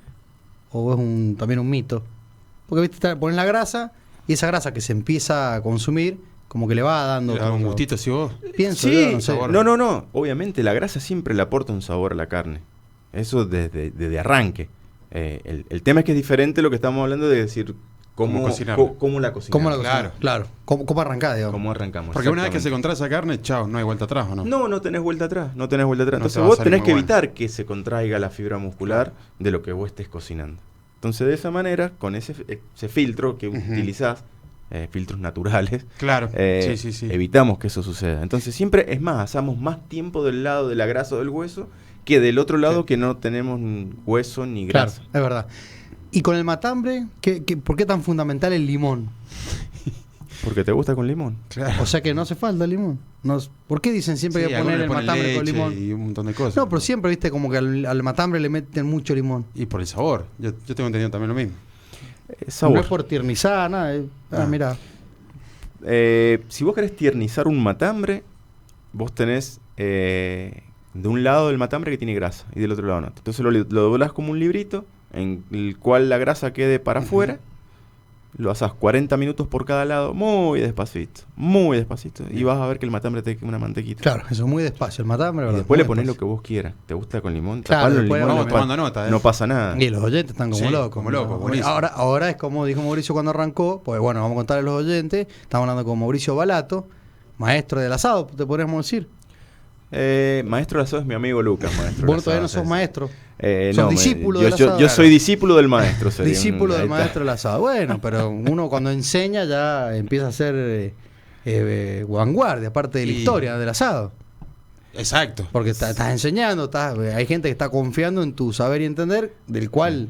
O es un, también un mito. Porque viste, está- pones la grasa y esa grasa que se empieza a consumir, como que le va dando.
Le da un
como-
gustito así vos.
Pienso
Sí,
yo, no sé.
sabor.
no, no, no. Obviamente la grasa siempre le aporta un sabor a la carne. Eso desde, desde arranque. Eh, el, el tema es que es diferente lo que estamos hablando de decir cómo,
Cómo
co-
cocinarla.
cómo, la cocinamos.
¿Cómo la
Claro.
Claro. claro. ¿Cómo, cómo arrancás, digamos?
Cómo arrancamos.
Porque una vez que se
exactamente.
contrae esa carne, chao, no hay vuelta atrás, ¿o no?
No, no tenés vuelta atrás. No tenés vuelta atrás.
No te
Entonces
va a
vos
salir
tenés
muy
que
bueno.
evitar que se contraiga la fibra muscular de lo que vos estés cocinando. Entonces de esa manera, con ese, f- ese filtro que
Ujú.
utilizás, eh, filtros naturales,
Claro.
Eh,
sí, sí, sí.
Evitamos que eso suceda. Entonces siempre, es más, asamos más tiempo del lado de la grasa o del hueso que del otro lado
Sí.
que no tenemos n- hueso ni
Claro,
grasa.
es verdad. Y con el matambre, ¿qué, qué- por qué tan fundamental el limón?
Porque te gusta con limón.
Claro.
O sea que no hace falta el limón. No, es- ¿Por qué dicen siempre
Sí,
que
algunos
poner
le
el
ponen
matambre con
leche
limón?
Y un montón de cosas.
No, pero siempre viste como que al, al matambre le meten mucho limón.
Y por el sabor. Yo, yo tengo entendido también lo mismo.
Eh,
No
sabor.
es por tiernizar, nada. eh. Ah,
Ah.
mira.
Eh, si vos querés tiernizar un matambre, vos tenés eh, de un lado el matambre que tiene grasa y del otro lado no. Entonces lo, li- lo doblás como un librito en el cual la grasa quede para afuera. Lo asás 40 minutos por cada lado, muy despacito, muy despacito. Y
Bien.
vas a ver que el matambre te queda una mantequita.
Claro, eso muy despacio. El matambre,
Y
¿verdad?
después
muy
le pones lo
despacio.
que vos quieras. ¿Te gusta con limón?
Claro,
Tapalo en
después
limón,
vamos
no, pa-
tomando nota, ¿eh?
no pasa nada.
Y los oyentes están como
Sí,
locos.
como locos,
¿no?
buenísimo.
ahora, ahora es como dijo Mauricio cuando arrancó, pues bueno, vamos a contarle a los oyentes. Estamos hablando con Mauricio Balato, maestro del asado, te podríamos decir.
Eh, maestro de asado es mi amigo Lucas, maestro.
Vos
del
todavía no
asado,
sos
es-
maestro.
Eh,
sos
no, me-
discípulo
yo,
del
yo-
asado.
yo soy discípulo del maestro. sería un-
Discípulo
ahí
del
está.
maestro del asado. Bueno, pero uno cuando enseña ya empieza a ser eh, eh, vanguardia, aparte de la
Y-
historia del asado.
Exacto.
Porque está- estás enseñando, estás, hay gente que está confiando en tu saber y entender, del cual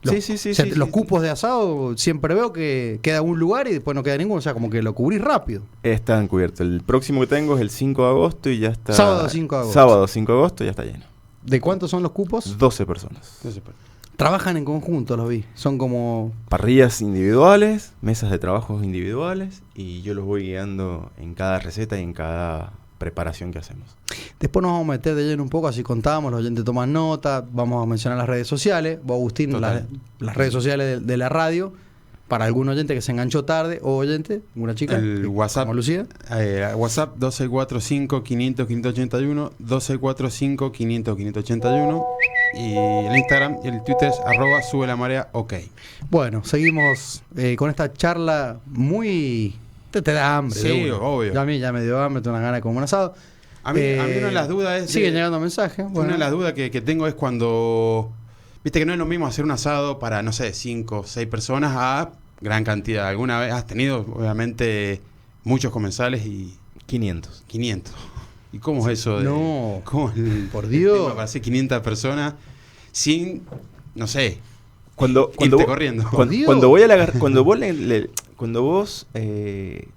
los,
Sí, sí, sí,
o sea,
sí,
los
sí.
cupos de asado siempre veo que queda un lugar y después no queda ninguno. O sea, como que lo cubrís rápido.
Está encubierto. El próximo que tengo es el 5 de agosto y ya está.
Sábado 5 de agosto.
Sábado 5 de agosto y ya está lleno.
¿De cuántos son los cupos?
12 personas.
Entonces, pues,
Trabajan en conjunto, los vi. Son como
Parrillas individuales, mesas de trabajos individuales y yo los voy guiando en cada receta y en cada preparación que hacemos.
Después nos vamos a meter de lleno un poco, así contábamos, los oyentes toman nota, vamos a mencionar las redes sociales, vos Agustín,
Total.
las- las redes sociales de, de la radio, para algún oyente que se enganchó tarde, o oyente, alguna chica,
El
que-
WhatsApp.
como Lucía,
eh, WhatsApp 1245-500-581. 1245-500-581. Y el Instagram y el Twitter es arroba sube la marea ok.
Bueno, seguimos eh, con esta charla muy... Te, te da hambre.
Sí,
de una.
obvio.
Ya a mí ya me dio hambre, tengo una gana de comer un asado. Eh,
A mí, a mí una de las dudas es.
Siguen
de-
llegando mensajes.
Una
bueno.
de las dudas que, que tengo es cuando. Viste que no es lo mismo hacer un asado para, no sé, 5, 6 personas a gran cantidad. ¿Alguna vez has tenido, obviamente, muchos comensales y
500.
500? ¿Y cómo es eso? De,
No.
¿Cómo es el-
Por
el
Dios.
tema para hacer 500 personas sin, no sé,
Cuando, cuando,
irte
vo-
corriendo?
cuando,
Dios.
cuando voy a la gar- cuando vos le- le- cuando vos eh,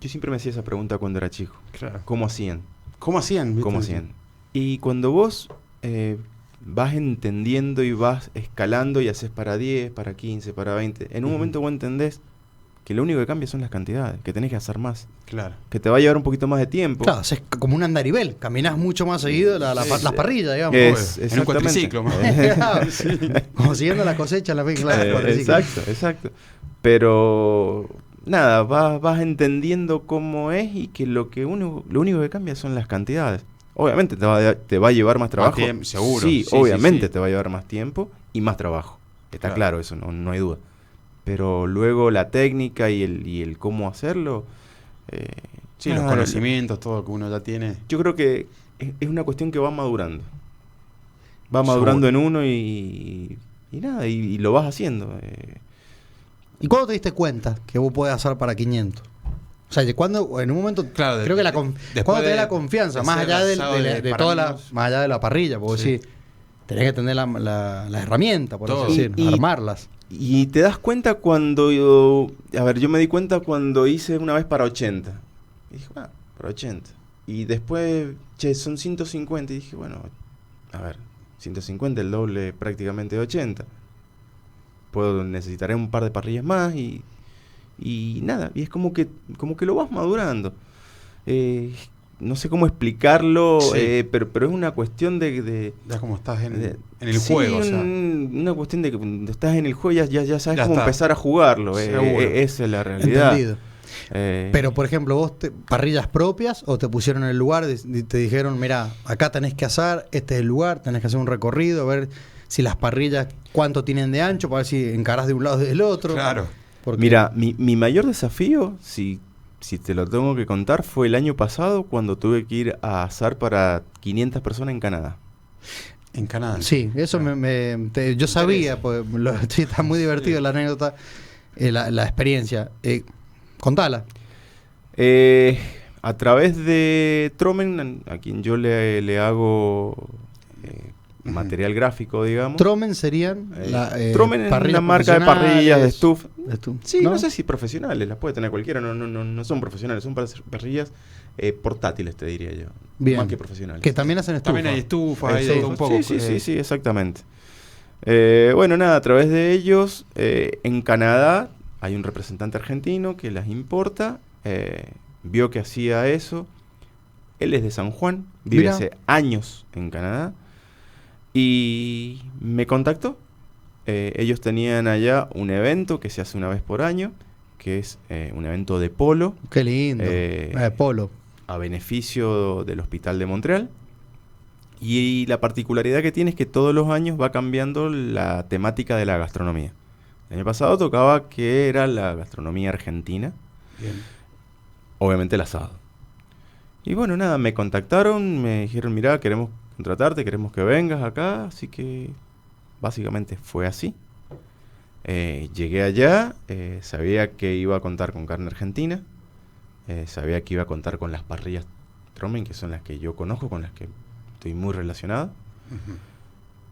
yo siempre me hacía esa pregunta cuando era chico.
Claro.
¿Cómo hacían?
¿Cómo hacían? viste?
¿Cómo hacían? Y cuando vos eh, vas entendiendo y vas escalando y haces para 10, para 15, para 20, en un
Ujú.
momento vos entendés que lo único que cambia son las cantidades, que tenés que hacer más,
Claro.
que te va a llevar un poquito más de tiempo.
Claro, es como un andarivel. Caminás mucho más seguido la, la,
Sí,
pa-
sí.
las parrillas, digamos.
Es-
en un
exactamente.
cuatriciclo. ¿no?
Claro. Como siguiendo la cosecha, la misma.
Eh, exacto, exacto. Pero nada, vas, vas entendiendo cómo es y que lo que uno, lo único que cambia son las cantidades. Obviamente te va, a- te va a llevar más trabajo.
tiempo, seguro.
Sí,
Sí, sí,
obviamente
sí.
te va a llevar más tiempo y más trabajo. Está
Claro.
claro, eso, no, no hay duda. Pero luego la técnica y el, y el cómo hacerlo. eh,
Sí, los
nada,
conocimientos, todo que uno ya tiene.
Yo creo que es, es una cuestión que va madurando. Va
Seguro.
madurando en uno y, y nada, y, y lo vas haciendo. eh.
¿Y cuándo te diste cuenta que vos podés hacer para 500? O sea, cuando en un momento
Claro, de-
creo que la
de-
con-
después
cuando tenés
de-
la confianza
de
más
hacer
allá del-
asado
de, la-
de
de toda la
parrillas.
más allá de la parrilla, porque
Sí.
sí. tenés que tener la, la- las herramientas, por
Todo.
así decir,
Y- y-
armarlas.
Y te das cuenta cuando. yo- a ver, yo me di cuenta cuando hice una vez para 80. Y dije, ah, para 80. Y después, che, son 150. Y dije, bueno, a ver, 150, el doble prácticamente de 80. Puedo, necesitaré un par de parrillas más y. Y nada, y es como que, como que lo vas madurando. Eh, no sé cómo explicarlo,
Sí.
eh, pero, pero es una cuestión de- de,
Ya como estás en,
de-
en el
Eh, sí,
juego, o sea.
un- una cuestión de que cuando estás en el juego ya, ya, ya sabes
Ya
cómo
está.
empezar a jugarlo. eh,
Seguro.
eh, esa es la realidad.
Entendido.
Eh,
Pero por ejemplo, vos te- parrillas propias o te pusieron en el lugar de- y te dijeron, mira, acá tenés que asar, este es el lugar, tenés que hacer un recorrido, ver si las parrillas cuánto tienen de ancho para ver si encarás de un lado o del otro.
Claro.
Porque-
mira, mi, mi mayor desafío, si, si te lo tengo que contar, fue el año pasado cuando tuve que ir a asar para 500 personas en Canadá.
En Canadá.
Sí, eso me, me- te- yo sabía, pues, lo- sí, está muy divertido la anécdota, eh, la, la experiencia. Eh, contala.
Eh, a través de Tromen, a quien yo le, le hago eh,
Ujú.
material gráfico, digamos.
Tromen serían
Eh,
la, eh,
Tromen es
parrillas
una marca de parrillas, de
profesionales,
stuff.
de estufa,
Sí, ¿no? sé si profesionales, las puede tener cualquiera, no, no, no, no son profesionales, son para hacer parrillas eh, portátiles, te diría yo.
Bien.
Más que profesionales.
Que también hacen estufa.
También hay estufa, hay
Eso.
de todo un poco.
Sí, sí,
eh,
sí, sí, exactamente. Eh, bueno, nada, a través de ellos, eh, en Canadá hay un representante argentino que las importa, eh, vio que hacía eso. Él es de San Juan, vive
Mirá.
hace años en Canadá y me contactó. Eh, ellos tenían allá un evento que se hace una vez por año, que es eh, un evento de polo
Qué lindo.
Eh,
Eh, polo.
a beneficio del Hospital de Montreal. Y la particularidad que tiene es que todos los años va cambiando la temática de la gastronomía. El año pasado tocaba que era la gastronomía argentina,
bien.
obviamente el asado. Y bueno, nada, me contactaron, me dijeron, mira, queremos contratarte, queremos que vengas acá, así que básicamente fue así. Eh, llegué allá, eh, sabía que iba a contar con carne argentina, eh, sabía que iba a contar con las parrillas Tromen, que son las que yo conozco, con las que estoy muy relacionado.
Ujú.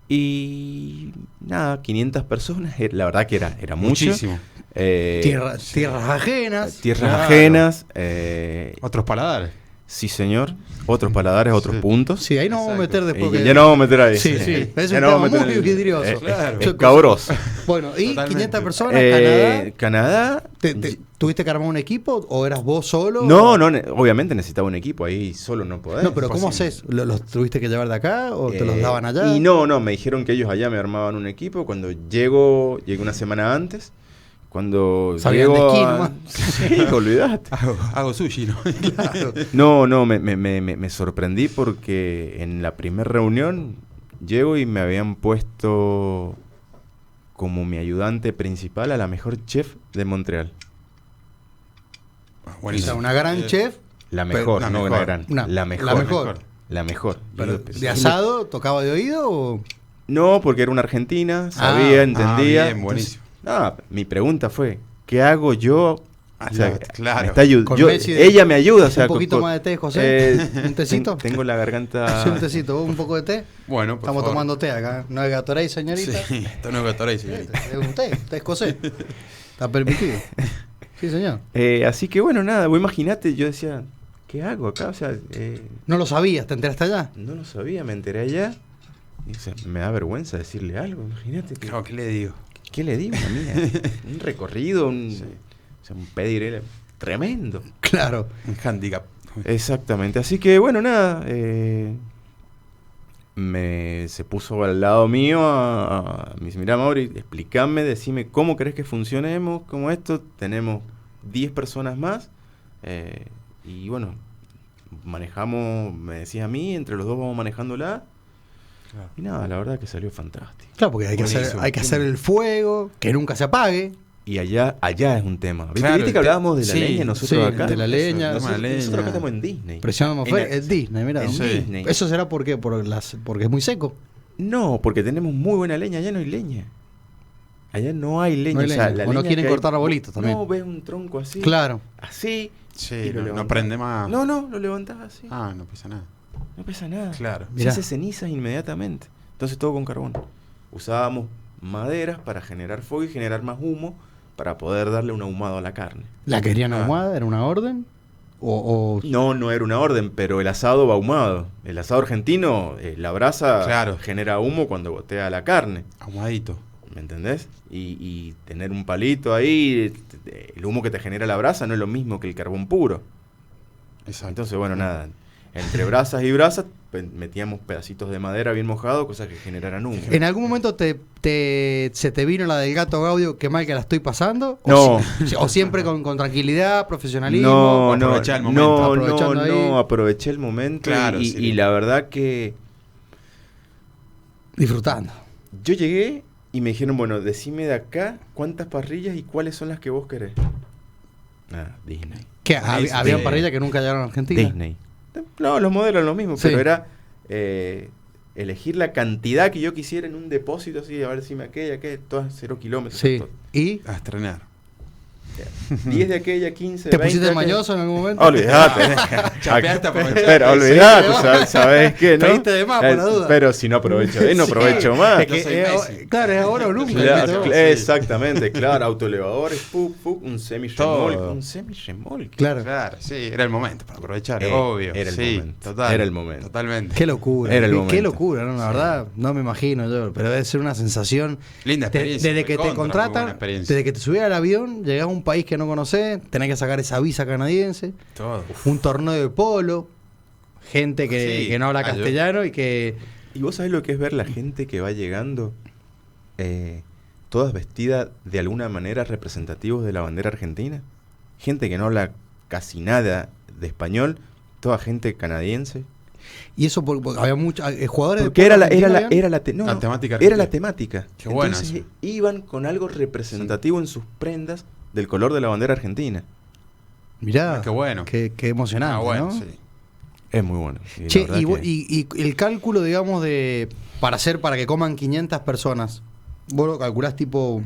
Y nada, 500 personas, eh, la verdad que era, era mucho.
Muchísimo.
Eh,
Tierra- tierras ajenas.
tierras
Claro.
ajenas, eh,
Otros paladares.
Sí, señor. Otros paladares, otros
Sí.
puntos.
sí, ahí nos vamos a
Exacto.
meter después.
Eh,
que-
ya no vamos a meter ahí.
Sí, sí. Es
Ya
un tema
no vamos a meter
muy
ahí.
vidrioso.
Eh,
claro.
es cabroso.
Bueno, y
Totalmente.
500 personas,
Eh,
Canadá.
Canadá. mm,
¿te- te- ¿Tuviste que armar un equipo o eras vos solo?
No, no, ne- obviamente necesitaba un equipo. Ahí solo no podés.
No, pero ¿cómo
Imposible.
haces? ¿Lo- ¿Los tuviste que llevar de acá o te los
Eh,
daban allá?
Y no, no, me dijeron que ellos allá me armaban un equipo. Cuando llego, llegué una semana antes. Cuando
Sabían de
llego
esquí
a-
nomás.
Sí, olvidate.
Hago, hago sushi, ¿no?
Claro.
No, no, me, me- me- me- me sorprendí porque en la primera reunión llego y me habían puesto como mi ayudante principal a la mejor chef de Montreal.
O sea,
Buenísimo.
una gran
Eh,
chef
La mejor,
la
no
mejor.
una gran.
Una-
la
la
mejor.
mejor.
La mejor.
Pero,
Yo pensé,
¿De asado tocaba de oído o.?
No, porque era una argentina, sabía,
Ah,
entendía.
bien, buenísimo.
Entonces, no, mi pregunta fue, ¿qué hago yo?
Ah,
O sea,
no, claro.
me está ayu-
Con
yo-
Messi de-
ella me ayuda. O sea,
un
con-
poquito
con-
más de té, José.
eh,
¿Un tecito?
ten- Tengo la garganta...
Sí, un tecito, ¿vos un poco de té.
Bueno, por
Estamos
favor.
tomando té acá. No es Gatorade, señorita.
Sí, esto no es Gatorade, señorita.
Es un té, té escocés. Está permitido. Sí, señor.
Eh, así que bueno, nada, vos imaginate, yo decía, ¿qué hago acá? O sea, eh,
No lo sabías, te enteraste allá.
no lo sabía, me enteré allá. Y, o sea, me da vergüenza decirle algo, imagínate. que-
Claro, ¿qué le digo?
¿Qué le digo, amiga? un recorrido, un, o sea, un pediré tremendo.
Claro.
Un handicap.
Exactamente. Así que bueno, nada. eh, me se puso al lado mío a, a- me dice, mirá Mauri, explícame, decime cómo crees que funcionemos, cómo esto. Tenemos 10 personas más. eh, y bueno, manejamos, me decís a mí, entre los dos vamos manejándola.
Claro.
Y nada, la verdad que salió fantástico.
Claro, porque hay que, hacer,
Buenísimo.
hay que hacer el fuego, que nunca se apague.
Y allá, allá es un tema. ¿Viste,
Claro,
viste que
el te-
hablábamos de la
sí,
leña nosotros
sí,
acá?
de la leña.
Eso,
Nosotros,
la leña.
nosotros acá estamos en Disney.
Presión atmosférica.
En-
Es Disney, mira.
en
Sí.
Disney.
Eso será porque, por las, porque es muy seco.
No, porque tenemos muy buena leña. Allá no hay leña. Allá no hay leña.
No hay
o sea,
leña.
la
O no
leña
quieren
que hay-
cortar arbolitos también.
No, ves un tronco así.
Claro. Ah.
Así.
Sí,
y lo
no, no
levantás.
prende más.
No, Ah. no, lo levantás así.
Ah, no pesa nada.
No pesa nada.
Claro.
Mirá.
Se hace cenizas inmediatamente. Entonces todo con carbón. Usábamos maderas para generar fuego y generar más humo para poder darle un ahumado a la carne.
¿La querían
Ah.
ahumada? ¿Era una orden? O, o-
No, no era una orden, pero el asado va ahumado. El asado argentino, eh, la brasa
Claro.
genera humo cuando gotea la carne.
Ahumadito.
¿Me entendés? Y, y tener un palito ahí, te- te- el humo que te genera la brasa no es lo mismo que el carbón puro.
Exacto.
Entonces, bueno, nada. Entre brasas y brasas pe- metíamos pedacitos de madera bien mojado, cosas que generaran humo.
¿En algún momento te, te- se te vino la del gato Gaudio, que mal que la estoy pasando? ¿O
No.
si- o siempre con, con tranquilidad, profesionalismo.
No, no,
aprovechá el
no,
momento.
no,
Aprovechando
no,
ahí.
aproveché el momento
Claro,
y,
sí.
y la verdad que
Disfrutando.
yo llegué y me dijeron, bueno, decime de acá cuántas parrillas y cuáles son las que vos querés. Nada, Disney.
¿Qué? hab-
Buenísimo.
había
Sí.
parrillas que nunca llegaron a Argentina.
Disney. No, los modelos eran los mismos,
Sí.
pero era eh, elegir la cantidad que yo quisiera en un depósito así, a ver si me aquella, aquella, todas cero kilómetros.
Sí.
todo.
¿Y
A estrenar.
10 de aquella, 15,
te
20 de
pusiste
aquella.
mañoso Ah, en algún momento?
Olvídate.
Chapeaste, aprovechaste.
pero olvídate, sa- sabes qué, ¿no?
Pediste de más, por la
Eh,
duda.
Pero si no aprovecho, eh, no
Sí.
aprovecho más.
Es que eh,
Yo soy
es
Messi.
ahora- claro, es ahora o nunca.
Claro,
¿viste vos?
cl-
sí.
Exactamente, claro, autoelevadores, pu, pu, un semi
Todo.
un semi-remolque.
Claro.
Claro, sí, era el momento para aprovechar,
Eh,
obvio.
era el
sí,
momento,
total,
era el momento.
Totalmente.
Qué locura.
Era el
qué, qué
momento.
locura, ¿no? La verdad, no me imagino yo, pero debe ser una sensación.
Linda
Te-
experiencia.
desde que te
recontra, muy buena
contratan,
experiencia.
desde que te subís al avión, llegás a un país que no conocés, tenés que sacar esa visa canadiense,
Todo.
un torneo de polo, gente que,
Sí, Ah,
que no habla
ayú-
castellano y que.
¿Y vos sabés lo que es ver la gente que va llegando? eh, todas vestidas de alguna manera representativos de la bandera argentina. Gente que no habla casi nada de español, toda gente canadiense.
Y eso porque, porque había muchos eh, jugadores de
Porque
polo
era la, era la,
argentino
era la, te- no,
La
no,
temática
Era la
argentina.
temática.
Qué bueno
Entonces
eso.
eh, iban con algo representativo en sus prendas del color de la bandera argentina.
habían. Mirá,
Ah, qué bueno.
Qué, qué emocionante.
Ah, bueno,
¿no?
sí.
Es muy bueno. Y la
Che,
verdad
y, vo-
que-
y- y el cálculo, digamos, de para hacer para que coman 500 personas, vos lo calculás tipo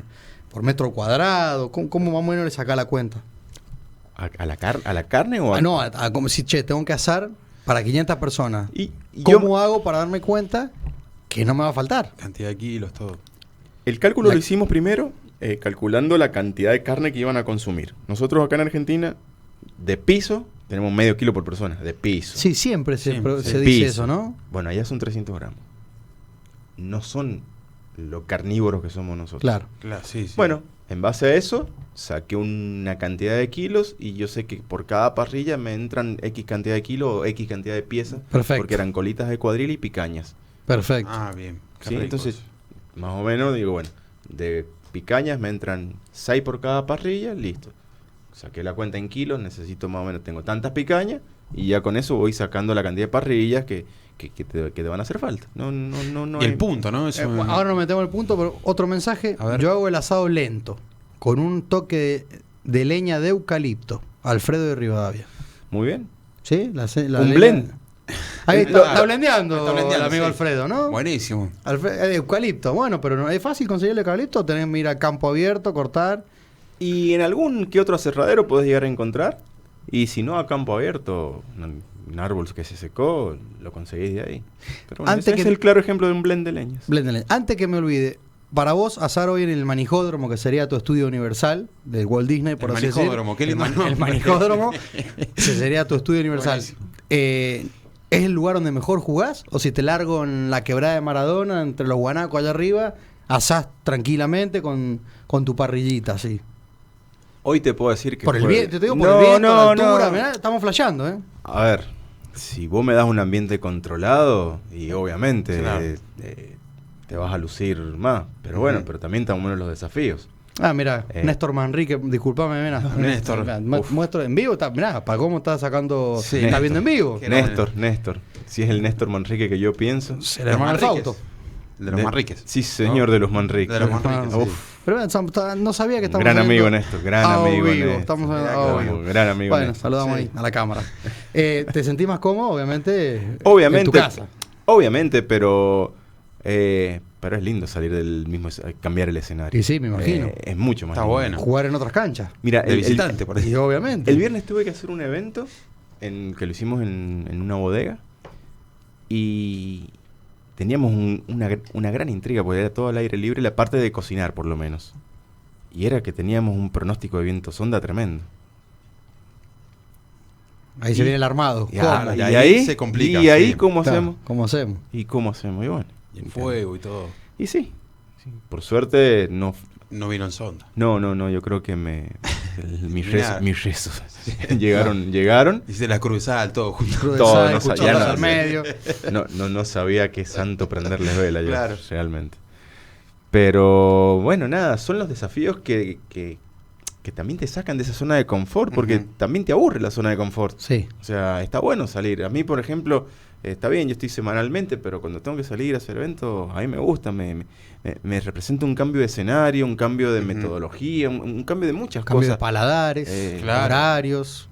por metro cuadrado, ¿cómo, cómo más o menos le sacás la cuenta?
a, a la car- ¿A la carne o a.?
Ah, no, a- a como si, che, tengo que asar para 500 personas.
Y, y yo-
¿Cómo hago para darme cuenta que no me va a faltar?
Cantidad de kilos, todo.
El cálculo
La-
lo hicimos primero eh, calculando la cantidad de carne que iban a consumir. Nosotros acá en Argentina, de piso, tenemos medio kilo por persona, de piso.
Sí, siempre se,
Sí,
pro-
sí.
se dice
Piso.
eso, ¿no?
Bueno, allá son 300 gramos. No son lo carnívoros que somos nosotros.
Claro.
Claro, sí, sí.
Bueno, en base a eso, saqué una cantidad de kilos y yo sé que por cada parrilla me entran X cantidad de kilos o X cantidad de piezas.
Perfecto.
Porque eran colitas de cuadril y picañas.
Perfecto.
Ah, bien. Qué
Sí,
rico
entonces,
eso.
más o menos, digo, bueno, de picañas me entran 6 por cada parrilla, listo. Saqué la cuenta en kilos, necesito más o menos, tengo tantas picañas y ya con eso voy sacando la cantidad de parrillas que, que, que te, que te van a hacer falta. No, no, no, no.
y el
hay-
punto, ¿no? Eso
Eh,
me-
ahora nos metemos en el punto, pero otro mensaje.
A ver.
Yo hago el asado lento, con un toque de, de leña de eucalipto. Alfredo de Rivadavia.
Muy bien.
¿Sí? La, ce- la
Un
leña-
blend.
Ahí está,
Claro.
está blendeando,
Está blendeando,
el amigo
sí.
Alfredo, ¿no?
Buenísimo.
Alfre- eh, eucalipto, bueno, pero no es fácil conseguir el eucalipto. Tenés que ir a campo abierto, cortar.
Y en algún que otro aserradero podés llegar a encontrar. Y si no, a campo abierto, un, un árbol que se secó, lo conseguís de ahí. Pero bueno,
Antes
ese
que-
es el claro ejemplo de un blend de leñas.
Bléndele. Antes que me olvide, para vos asar hoy en el manijódromo, que sería tu estudio universal del Walt Disney, por
El
así
manijódromo,
decir.
qué lindo
El, man-
nombre.
el manijódromo, ese sería tu estudio universal.
Buenísimo.
Eh, ¿Es el lugar donde mejor jugás? ¿O si te largo en la quebrada de Maradona, entre los guanacos allá arriba, asás tranquilamente con, con tu parrillita así?
Hoy te puedo decir que.
Por el
fue-
viento, te digo por
No,
el viento, la
no,
altura,
no.
mirá, estamos flasheando, ¿eh?
A ver, si vos me das un ambiente controlado, y obviamente
Claro.
eh, eh, te vas a lucir más. Pero bueno,
Ujú.
pero también están buenos los desafíos.
Ah, mira,
Eh.
Néstor Manrique, disculpame, mira.
Néstor,
Mirá, mu-
uf.
Muestro en vivo, está, mirá, para cómo está sacando,
Sí,
está
Néstor.
viendo en vivo.
Qué
Néstor, Néstor. Si es el Néstor Manrique que yo pienso.
El hermano del Fausto.
El de los Manriques.
Sí, señor, de los Manriques.
De los Manriques.
Uf.
sí.
Pero bueno, estamos- está- no sabía que estamos
gran
saliendo
amigo Néstor, gran
a
amigo
vivo,
Néstor.
Estamos a-
Oh,
a
Gran
vivo.
gran amigo
Bueno,
Néstor.
saludamos
Sí.
ahí a la cámara. Eh, ¿Te sentís más cómodo, obviamente? eh,
Obviamente.
En tu casa.
Obviamente, pero. eh, pero es lindo salir del mismo. esce- cambiar el escenario.
Y sí, me imagino.
Eh, es mucho más
Está
lindo.
bueno.
Jugar en otras canchas.
Mira,
De
el, el-
visitante, por
Y
ahí.
obviamente.
el viernes tuve que hacer un evento en, que lo hicimos en, en una bodega. Y. Teníamos un- una, gr- una gran intriga, porque era todo al aire libre, la parte de cocinar, por lo menos. Y era que teníamos un pronóstico de viento sonda tremendo.
Ahí se
y-
viene el armado.
Y,
ah,
¿Cómo?
y
y
ahí
ahí,
se complica,
¿Y ahí
sí.
cómo
Está,
hacemos?
¿Cómo hacemos?
¿Y cómo hacemos? Y bueno.
Y el fuego y todo.
Y sí. sí. Por suerte, no,
No vino en sonda.
no, no, no, yo creo que me, el- mis,
Mirá.
rezos, mis rezos llegaron, llegaron.
Hiciste la cruzada al todo junto.
Cruz de
Todo,
sal,
no sabía
cuchillas
nada.
al medio.
No, no, no sabía qué santo prenderles vela yo,
Claro.
realmente. Pero bueno, nada, son los desafíos que, que, que también te sacan de esa zona de confort, porque
Ujú.
también te aburre la zona de confort.
Sí.
O sea, está bueno salir. A mí, por ejemplo, eh, está bien, yo estoy semanalmente, pero cuando tengo que salir a hacer eventos, a mí me gusta, me, me, me- me representa un cambio de escenario, un cambio de
Ujú.
metodología, un, un cambio de muchas
Cambio de
cosas.
paladares,
Eh,
claro.
horarios.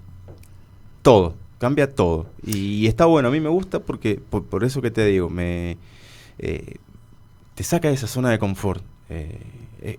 todo, cambia todo. Y está bueno, a mí me gusta porque, por, por eso que te digo, me eh, te saca de esa zona de confort. Eh,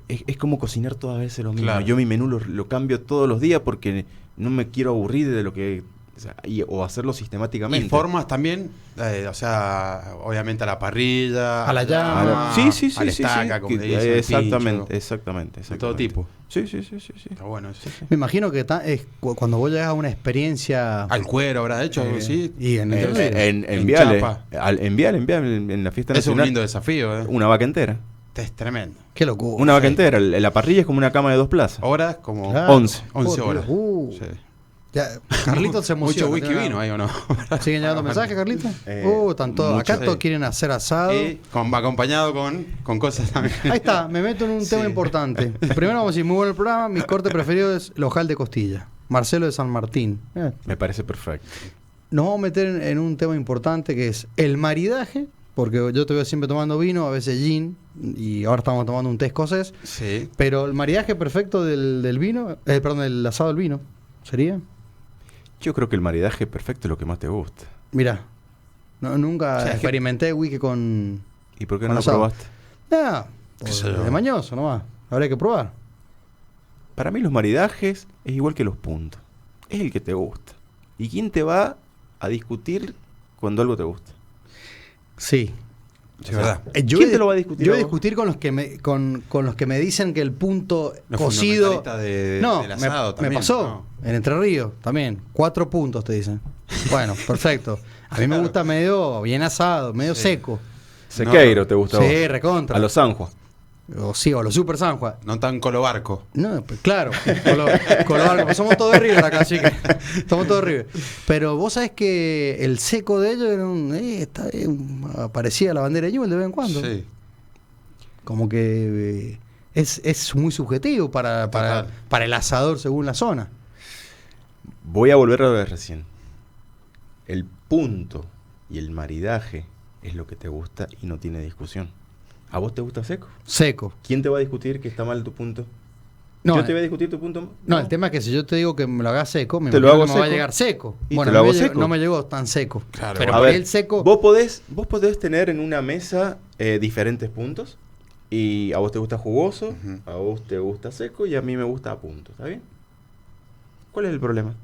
es, es como cocinar todas veces lo mismo.
Claro.
Yo mi menú lo, lo cambio todos los días porque no me quiero aburrir de lo que... O, sea, y- o hacerlo sistemáticamente.
Y formas también, eh, o sea, obviamente a la parrilla,
A la llama.
A la-
Ah,
sí, sí, sí.
a la
sí, sí,
estaca,
que-
como le dicen,
eh,
al
exactamente,
pincho,
exactamente,
de
exactamente.
todo tipo.
Sí, sí, sí, sí. sí.
Está bueno. eso.
Me imagino que ta- es cu- cuando vos llegas a una experiencia.
Al cuero habrá hecho algo
Eh,
así.
y en el-
Eh,
Entonces,
En, en,
en
en Viale,
Chapa.
al- en Viale, en Viale, en, en la fiesta
es un
nacional,
lindo desafío, ¿eh?
una vaca entera.
Es tremendo.
Qué locura.
una Oh. vaca entera. el- La parrilla es como una cama de dos plazas.
Horas como
Claro.
11.
11
Joder,
horas.
uh.
Sí.
Ya, Carlitos se emociona.
Mucho whisky
tiene
vino
una-
ahí o no.
¿Siguen llegando mensajes, Carlitos?
Eh,
uh, están todos.
mucho.
Acá todos
Sí.
quieren hacer asado.
Y con- acompañado con, con cosas también.
Ahí está, me meto en un tema
Sí.
importante. Primero vamos a decir, muy bueno el programa. Mi corte preferido es el ojal de costilla. Marcelo de San Martín. Eh,
Me parece perfecto.
Nos vamos a meter en, en un tema importante que es el maridaje. Porque yo te veo siempre tomando vino, a veces gin. Y ahora estamos tomando un té escocés.
Sí.
Pero el maridaje perfecto del, del vino, eh, perdón, el asado del vino, ¿sería?
Yo creo que el maridaje perfecto es lo que más te gusta.
Mirá, no, nunca
O sea, es que-
experimenté wiki con...
¿Y por qué
Con
no lo
asado.
probaste?
Nada,
Qué
por-
sé yo.
de mañoso nomás, habría que probar.
Para mí los maridajes es igual que los puntos. Es el que te gusta. ¿Y quién te va a discutir cuando algo te gusta?
Sí.
Sí, verdad.
Eh, yo
¿Quién
voy
te lo va a discutir
Yo
a
voy a
vos?
discutir con los que me, con, con los que me dicen que el punto
Los
cocido...
fundamentalistas de-
no,
del
me-
asado
me,
también,
pasó. En Entre Ríos también. Cuatro puntos te dicen. Bueno, perfecto. A mí me
Claro.
gusta medio bien asado, medio
Sí.
seco.
Sequeiro
No.
te gusta a
Sí,
vos.
recontra.
A los Sanjuas.
O sí, o los Super San Juan.
No. No tan colo barco.
No, pues, claro, con lo- con lo algo, pues somos todos de River acá, así que somos todos de River. Pero vos sabés que el seco de ellos era un, eh, está, eh, un- aparecía la bandera de Newell de vez en cuando.
Sí.
Como que eh, es, es muy subjetivo para, para,
Total.
para el asador según la zona.
Voy a volver a lo de recién. El punto y el maridaje es lo que te gusta y no tiene discusión. ¿A vos te gusta seco?
Seco.
¿Quién te va a discutir que está mal tu punto?
No,
Yo te
eh,
voy a discutir tu punto.
No, el tema es que si yo te digo que me lo haga seco, me
Te lo
imagino
hago
que me va a
seco.
llegar seco.
Y
bueno,
te
no
lo hago
me lle-
seco.
no me llegó tan seco.
Claro.
pero
A
por
ver,
ahí el seco.
Vos podés, vos podés tener en una mesa eh, diferentes puntos. Y a vos te gusta jugoso,
Ujú.
a vos te gusta seco y a mí me gusta a punto. ¿Está bien? ¿Cuál es el problema?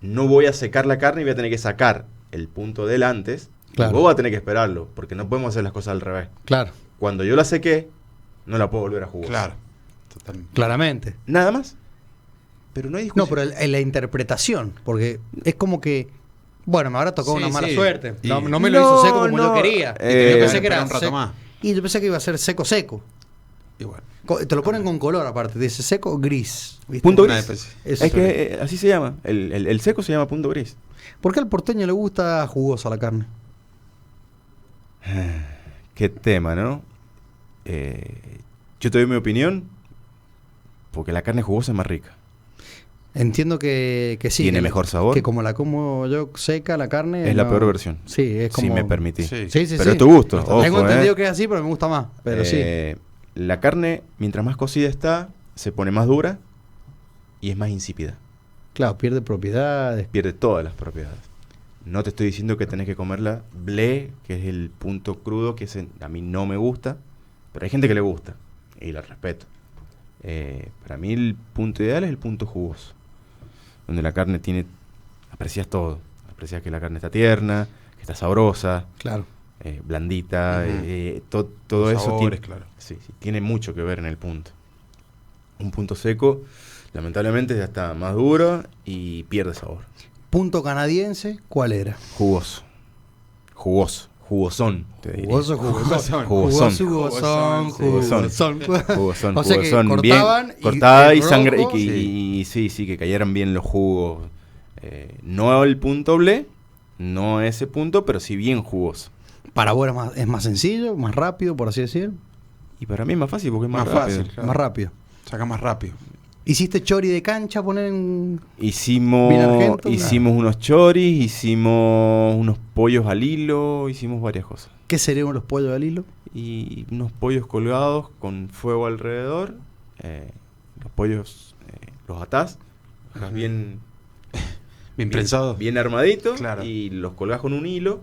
No voy a secar la carne y voy a tener que sacar el punto del antes.
Claro.
Y vos vas a tener que esperarlo, porque no podemos hacer las cosas al revés.
Claro,
Cuando yo la sequé, no la puedo volver a jugar.
Claro. Totalmente.
claramente.
Nada más. Pero no hay discusión.
No, pero el- el- la interpretación, porque es como que, bueno, me habrá tocado
Sí,
una mala
sí.
suerte.
Y-
No, no me lo hizo
No,
seco como yo
no,
quería.
eh,
yo pensé que
espera
era
un rato
seco-
más.
Y yo pensé que iba a ser seco seco.
Igual.
Co- Te lo ponen con color aparte, dice seco gris. ¿viste?
Punto
Una pues,
gris.
especie.
Eso
es
es.
que eh, así se llama. El, el- el seco se llama punto gris.
¿Por qué al porteño le gusta jugosa la carne?
Qué tema, ¿no? Eh, yo te doy mi opinión. Porque la carne jugosa es más rica.
Entiendo que, que sí.
Tiene
que-
mejor sabor.
Que como la como yo seca la carne.
es la
Eh, no-
peor versión.
Sí, es como.
Si me permitís.
Sí.
Sí, sí,
pero
sí.
es tu gusto.
No está-
ojo,
Tengo entendido
eh.
que es así, pero me gusta más. Pero
Eh, La carne, mientras más cocida está, se pone más dura y es más insípida.
sí. Claro, pierde propiedades.
pierde todas las propiedades. No te estoy diciendo que tenés que comerla ble, que es el punto crudo, que ese a mí no me gusta, pero hay gente que le gusta y la respeto. Eh, para mí el punto ideal es el punto jugoso, donde la carne tiene, aprecias todo, aprecias que la carne está tierna, que está sabrosa,
Claro.
eh, blandita,
Ujú.
eh, to- todo
Los
eso
sabores,
tiene,
claro.
sí, sí, tiene mucho que ver en el punto. Un punto seco, lamentablemente ya está más duro y pierde sabor.
Punto canadiense, ¿cuál era?
Jugoso. Jugoso. Jugosón, te diría.
Jugoso, jugosón.
Jugosón.
Jugoso,
Jugosón.
jugosón,
Jugosón.
jugosón.
Jugosón,
O sea que
jugosón,
cortaban
bien,
y-
cortada
el
y, sangre y,
rojo,
que- y- y sí, sí, que cayeran bien los jugos. Eh, no el punto ble, no ese punto, pero sí bien jugoso.
Para vos era más- es más sencillo, más rápido, por así decir.
Y para mí es más fácil porque es más,
Más
rápido.
fácil. Claro.
Más rápido.
Saca más rápido.
¿Hiciste chori de cancha poner en
Hicimos,
Vino argento,
hicimos unos choris, hicimos unos pollos al hilo, hicimos varias cosas.
qué serían los pollos al hilo?
y unos pollos colgados con fuego alrededor. eh, los pollos eh, los atás, los dejás bien,
Bien prensado.
bien armaditos
Claro.
y los colgás con un hilo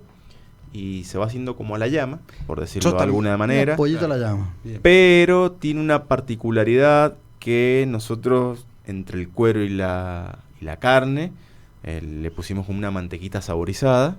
y se va haciendo como a la llama, por decirlo
Yo
de
tam-
alguna manera.
Los pollitos a la llama.
Bien.
Pero tiene una particularidad que nosotros entre el cuero y la, y la carne eh, le pusimos como una mantequita saborizada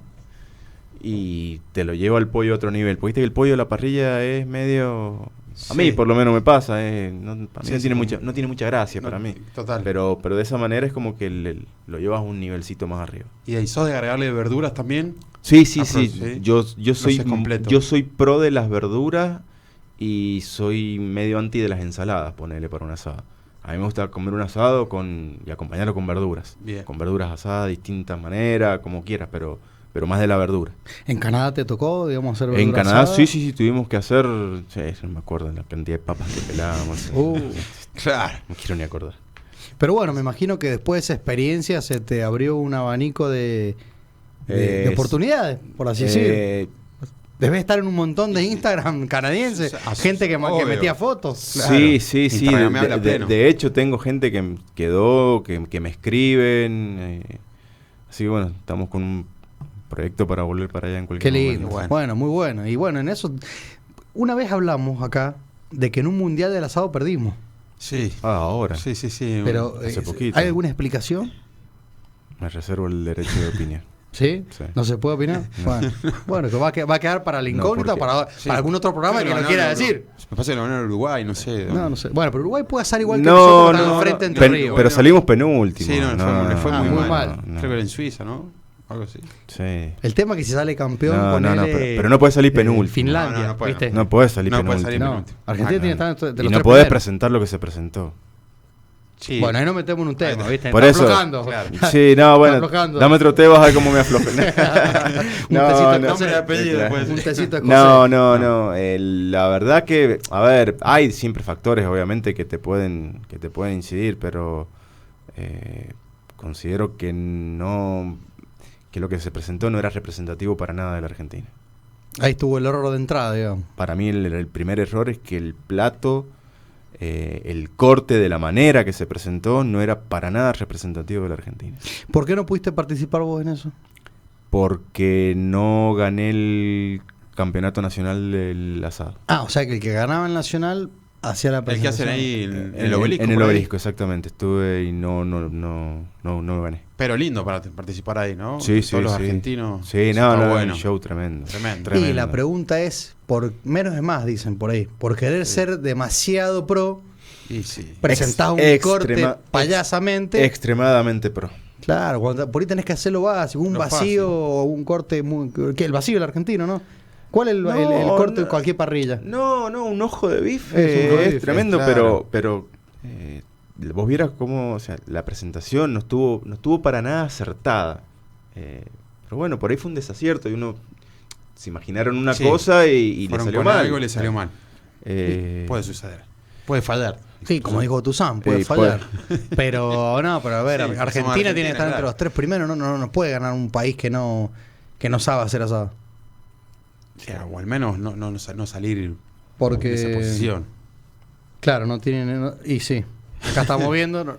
y te lo lleva el pollo a otro nivel. Porque viste que el pollo a la parrilla es medio... A mí
Sí.
por lo menos me pasa, eh, no, para mí
Sí,
no
sí,
tiene
como-
mucha, no tiene mucha gracia
No,
para mí.
Total.
Pero, pero de esa manera es como que le- lo llevas a un nivelcito más arriba.
y ahí sos de agregarle verduras también.
Sí, sí,
Afro,
sí.
sí.
Yo, yo
Lo
soy
haces completo.
yo soy pro de las verduras y soy medio anti de las ensaladas, ponele para un asado. A mí me gusta comer un asado con y acompañarlo con verduras.
Bien.
Con verduras asadas de distintas maneras, como quieras, pero pero más de la verdura.
En Canadá te tocó, digamos, hacer
en
verdura
Canadá
asada?
sí, sí, sí tuvimos que hacer, sí, no me acuerdo la cantidad de papas que pelábamos.
Uh.
Claro.
No quiero ni acordar.
Pero bueno, me imagino que después de esa experiencia se te abrió un abanico de, de- de
Eh,
oportunidades, por así decirlo.
Eh,
Debes estar en un montón de Instagram canadienses,
Sí, sí,
gente que, ma- que
obvio.
metía fotos.
Claro.
Sí, sí, sí. De,
Instagram me habla
de-
pleno.
de hecho, tengo gente que m- quedó, que, que me escriben. eh, así que bueno, estamos con un proyecto para volver para allá en
Qué
cualquier
lindo. Bueno.
momento.
bueno.
muy bueno. Y bueno, en eso, una vez hablamos acá de que en un mundial del asado perdimos.
Sí.
Ah, ahora.
Sí, sí, sí.
Pero
hace
eh,
poquito.
¿hay alguna explicación?
Me reservo el derecho de opinión.
¿Sí?
Sí.
¿No se puede opinar?
No.
Bueno, bueno, que va, a que- va a quedar para la
No,
incógnita o
porque-
para,
Sí.
para algún otro programa
Creo
que
lo
no quiera
ganaron
decir.
Uruguay. Me pasa que lo ganaron Uruguay, no sé.
No, no sé. Bueno, pero Uruguay puede estar igual que
Eh, No,
nosotros
no,
tan
no,
frente
pen-
entre Ríos.
pero salimos penúltimo.
Sí, no, le fue muy- le fue muy
mal.
no, no.
Creo que era en Suiza, ¿no? Algo así.
Sí.
El tema es que si sale campeón
No, no, no,
ponele,
pero- pero no puede salir
eh,
penúltimo.
Finlandia,
No, no, no puede,
¿viste?
No puedes salir
No puede
penúltimo.
salir
No,
penúltimo.
Argentina
Ah,
tiene
no.
tanto de
Y
los
no
tres
podés
primeros.
presentar lo que se presentó.
Sí.
Bueno, ahí no metemos en un tema,
Ahí
¿viste?
Por
Está
eso-
aflojando.
Claro.
Sí, no, bueno.
aflojando.
Dame otro té, vas a ver cómo me afloja.
Un tecito de
Nombre y apellido
claro.
después.
Un tecito de
No,
cosas.
no, no. eh, la verdad que, a ver, hay siempre factores, obviamente, que te pueden, que te pueden incidir, pero eh, considero que no, que lo que se presentó no era representativo para nada de la Argentina.
Ahí estuvo el error de entrada, digamos.
Para mí el, el primer error es que el plato eh, el corte de la manera que se presentó no era para nada representativo de la Argentina.
¿Por qué no pudiste participar vos en eso?
Porque no gané el campeonato nacional del asado.
Ah, o sea que el que ganaba el Nacional hacía la
El que hacen
presentación.
ahí en
En
el obelisco.
En el
por ahí.
obelisco, exactamente. Estuve y no, no, no, no, no gané.
Pero lindo para t- participar ahí, ¿no?
Sí, sí,
Todos los
sí.
argentinos.
Sí,
Eso
no,
está
no,
bueno.
un show tremendo.
Tremendo.
Y la
Tremendo.
pregunta es, por menos es más, dicen por ahí, por querer ser demasiado pro,
Y sí.
presentás un
extrema-
corte
ex-
payasamente.
Extremadamente pro.
claro, cuando- por ahí tenés que hacerlo básico, un
Lo fácil.
vacío o un corte muy... que El vacío del argentino, ¿no? ¿Cuál es el,
No,
el- el corte de
no.
cualquier parrilla?
No, no, un ojo de bife.
Es un
Es,
ojo de bife,
tremendo,
claro.
pero, pero eh, vos vieras cómo, o sea, la presentación no estuvo, no estuvo para nada acertada. Eh, pero bueno, por ahí fue un desacierto y uno se imaginaron una
Sí.
cosa y, y le
Fueron
salió
con
mal.
algo y le salió mal.
Eh,
Puede suceder. Puede fallar.
Sí, como dijo Tuzán, puede
Eh,
fallar. Pero no, pero a ver,
Sí,
Argentina,
somos
tiene
Argentina,
que estar entre
claro.
los tres primeros, no, no, no, no puede ganar un país que no, que no sabe hacer asado.
Sí, o al menos no, no, no sa- no salir
Porque-
de esa posición.
Claro, no tienen. no- y sí. Acá estamos viendo. no-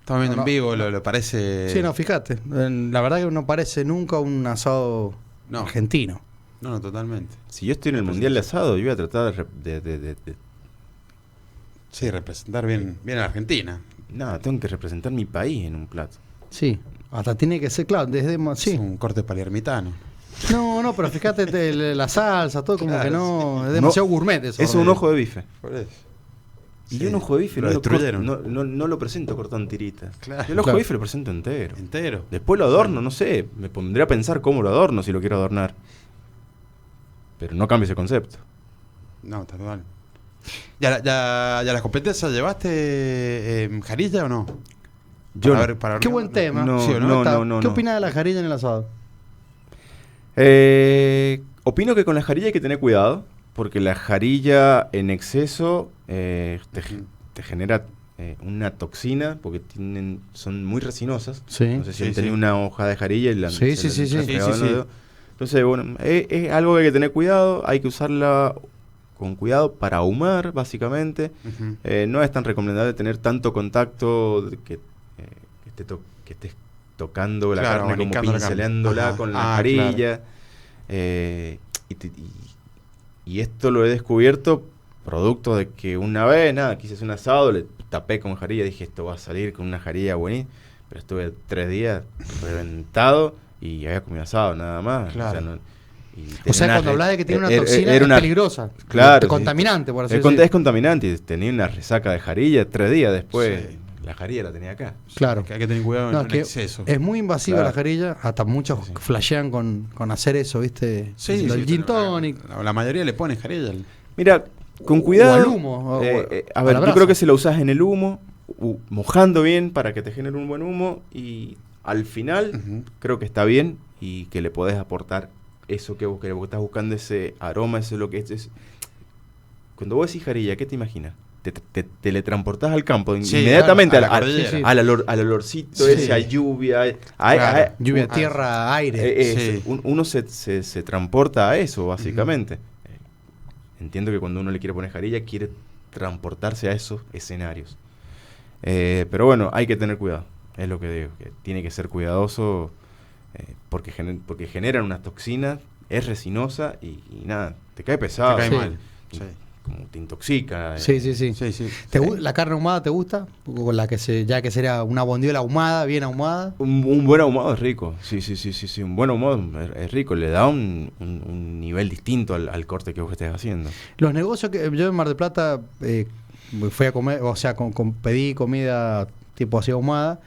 Estamos viendo
No, no.
en vivo, lo, lo parece.
sí, no, fíjate. en- La verdad que no parece nunca un asado
No.
argentino.
No, no, totalmente.
si yo estoy en el Mundial de Asado, yo voy a tratar de rep- de- de- de- de
Sí, representar bien, bien a la Argentina.
Nada, tengo que representar mi país en un plato.
Sí. Hasta tiene que ser, claro, desde. ma-
Es
Ah, Sí.
un corte palermitano.
No, no, pero fíjate te- le- la salsa, todo como
Claro,
que no. Es
No,
demasiado gourmet eso. eh.
Eso es un ojo de bife.
Por eso.
Y yo un ojo de bife
lo
no, lo cor-
destruyeron.
no, no- no lo presento cortado en tiritas.
Claro.
Yo el ojo
Claro.
de bife lo presento entero.
Entero.
Después lo adorno, no sé. Me pondré a pensar cómo lo adorno si lo quiero adornar. Pero no cambie ese concepto.
No, tal cual. ¿Ya, la- ya, ya las competencias llevaste em, jarilla o no?
Yo
Para
no.
ver- para
Qué
ver-
buen tema.
no,
¿Sí o no?
no,
Está-
no, no,
¿Qué
no.
opinas de la jarilla en el asado?
Eh, opino que con la jarilla hay que tener cuidado. Porque la jarilla en exceso eh, te, ge- te genera eh, una toxina. Porque tienen, son muy resinosas.
Sí.
No sé si
Sí,
han tenido
sí.
una hoja de jarilla y la
Sí,
se
sí,
la
sí,
han
sí.
pegado
Sí, sí,
en los
sí.
dedos. Entonces, bueno, es, es algo que hay que tener cuidado, hay que usarla con cuidado para ahumar, básicamente.
Ujú.
Eh, no es tan recomendable tener tanto contacto de que, eh, que esté to- que estés tocando la
Claro,
carne, como
abanicando la carne.
pincelándola
Ajá.
con
Ah,
la jarilla. Eh, y, te- y- y esto lo he descubierto producto de que una vez, nada, quise hacer un asado, le tapé con jarilla, dije esto va a salir con una jarilla buenísima. Pero estuve tres días reventado y había comido asado nada más.
Claro.
no- y
O sea,
tenía
cuando
re-
hablas de que tiene una
er- er-
toxina,
era una-
es peligrosa.
Claro, sí.
Contaminante, por
es,
así
con-
decirlo.
es contaminante y tenía una resaca de jarilla tres días después.
Sí.
La jarilla la tenía acá.
Claro.
Que hay que tener cuidado
No,
en
es
el
que
exceso.
es muy invasiva
Claro.
la jarilla, hasta muchos flashean con, con hacer eso, ¿viste?
Sí,
Lo
sí,
del gin
pero la-
tonic.
La, la mayoría le pone jarilla.
Mira, con
O-
cuidado.
o al humo, o-
eh, eh,
a
a
la
ver, yo
brasa.
creo que si lo usas en el humo, u- mojando bien para que te genere un buen humo y al final
Ujú.
creo que está bien y que le podés aportar eso que vos querés, porque estás buscando ese aroma, eso es lo que es. es- Cuando vos decís jarilla, ¿qué te imaginas? Te, te- te teletransportás al campo in-
Sí,
inmediatamente
a la- a
al-
la
al-
cordillera.
Sí, sí.
al, olor- al olorcito
Sí.
ese, a lluvia, a- a-
Claro.
a-
Lluvia,
un-
tierra, aire.
Uh, ah, eh,
Sí.
eh, un- uno se, se- se transporta a eso, básicamente. Eh, Entiendo que cuando uno le quiere poner jarilla, quiere transportarse a esos escenarios. Eh, pero bueno, hay que tener cuidado. Es lo que digo, que tiene que ser cuidadoso eh, porque, gener- porque generan unas toxinas, es resinosa y, y nada, te cae pesado.
Te cae
sí.
mal.
Y-
Sí.
Como te intoxica. eh.
sí, sí, sí.
Sí, sí.
¿Te gu- ¿La carne ahumada te gusta? Con la que se, ya que sería una bondiola ahumada, bien ahumada.
Un, un buen ahumado es rico, sí, sí, sí, sí, sí, un buen ahumado es, es rico, le da un, un- un nivel distinto al, al corte que vos estés haciendo.
Los negocios que yo en Mar del Plata eh, fui a comer, o sea, con, con- pedí comida tipo así ahumada.